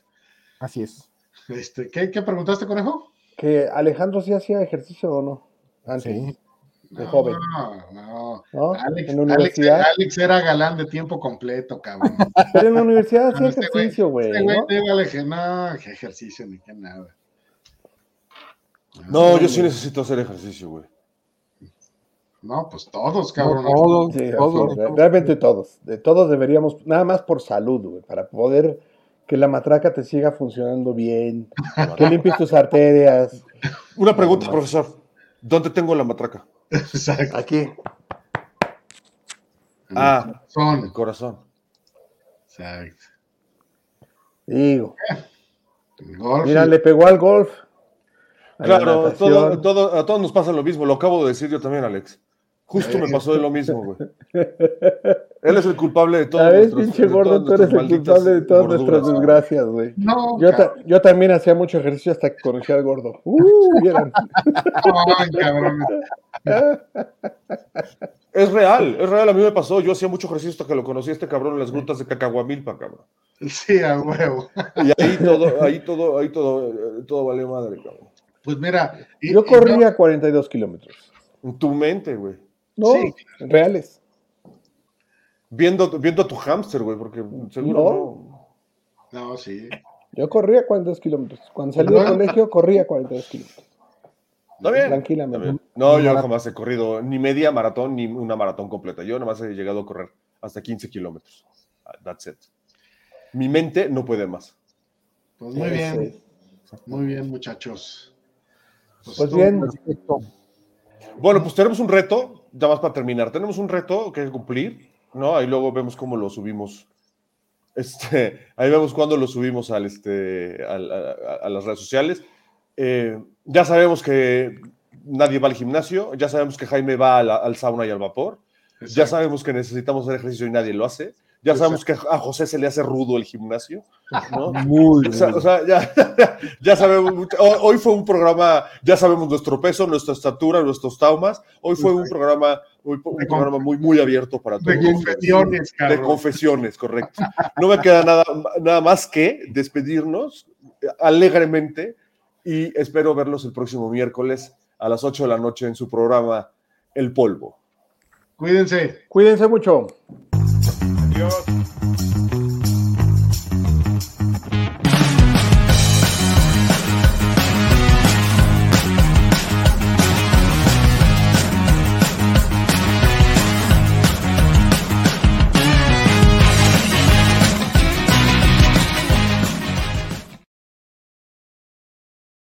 B: Así es.
A: Este, ¿qué, qué preguntaste, conejo?
C: Que Alejandro sí hacía ejercicio o no. Antes.
B: Sí.
C: De joven.
A: No, Ah, no.
C: ¿No?
A: Alex,
C: En la
A: Alex-
C: universidad.
A: Alex era galán de tiempo completo, cabrón.
C: Pero en la universidad hacía
A: Bueno, este güey-
C: ejercicio, güey.
A: Este güey
C: ¿no?
A: te iba a la ejer- no, qué ejercicio ni qué nada. Ah,
E: No, yo sí necesito hacer ejercicio, güey.
A: No, pues todos, cabrón.
B: Todos,
C: Sí,
B: todos.
C: así es, realmente todos. De todos deberíamos, nada más por salud, güey, para poder que la matraca te siga funcionando bien, que limpies tus arterias.
E: Una pregunta, profesor. ¿Dónde tengo la matraca?
A: Exacto.
C: Aquí.
E: Ah, el
A: Son.
E: corazón.
A: Exacto.
C: Digo,
A: El golf.
C: mira, le pegó al golf. a la
E: Claro,
C: natación.
E: todo, todo- a todos nos pasa lo mismo. Lo acabo de decir yo también, Alex. Justo me pasó de lo mismo, güey. Él es el culpable de todo.
C: ¿Sabes, pinche gordo? Tú eres el culpable de todas nuestras desgracias, güey.
A: No,
C: Yo, ta-
A: cabrón,
C: yo también hacía mucho ejercicio hasta que conocí al gordo. Uh, vieran.
A: cabrón.
E: Es real, es real. A mí me pasó. Yo hacía mucho ejercicio hasta que lo conocí a este cabrón en las grutas de Cacahuamilpa, cabrón.
A: Sí, a huevo.
E: Y ahí todo, ahí todo, ahí todo, eh, todo valió madre, cabrón.
A: Pues mira. y-
C: Yo
A: y
C: corría 42 kilómetros.
E: En tu mente, güey.
C: No,
A: Sí.
C: reales.
E: Viendo, viendo a tu hámster, güey, porque seguro
C: No.
E: no.
A: no, no, sí.
C: Yo corría 42 kilómetros. Cuando salí del
A: ¿Verdad?
C: colegio, corría 42 kilómetros.
E: Está bien.
C: Tranquilamente.
E: Está bien. No, yo
C: Maratón.
E: jamás he corrido ni media maratón ni una maratón completa. Yo nomás he llegado a correr hasta 15 kilómetros. Ah, That's it. Mi mente no puede más.
A: Pues muy
C: Eso
A: bien.
C: es.
A: Muy bien, muchachos.
C: Pues
A: tú-
C: bien,
E: Bueno, pues tenemos un reto, ya más para terminar. Tenemos un reto que cumplir, ¿no? Ahí luego vemos cómo lo subimos. Este, ahí vemos cuándo lo subimos al, este, al- a, a- a las redes sociales. Eh, ya sabemos que nadie va al gimnasio, ya sabemos que Jaime va a la- al sauna y al vapor. Ya
A: Exacto.
E: sabemos que necesitamos hacer ejercicio y nadie lo hace. Ya sabemos que a José se le hace rudo el gimnasio. ¿no?
B: Muy
E: O sea,
B: bien.
E: o sea, ya, ya sabemos. mucho. Ho- Hoy fue un programa, ya sabemos nuestro peso, nuestra estatura, nuestros traumas. Hoy fue un programa, hoy fue un
A: De
E: programa muy, muy abierto para todos.
A: De confesiones,
E: De
A: cabrón.
E: confesiones, correcto. No me queda nada, nada más que despedirnos eh, alegremente y espero verlos el próximo miércoles a las 8 de la noche en su programa El Polvo.
A: Cuídense.
C: cuídense mucho.
D: Adiós.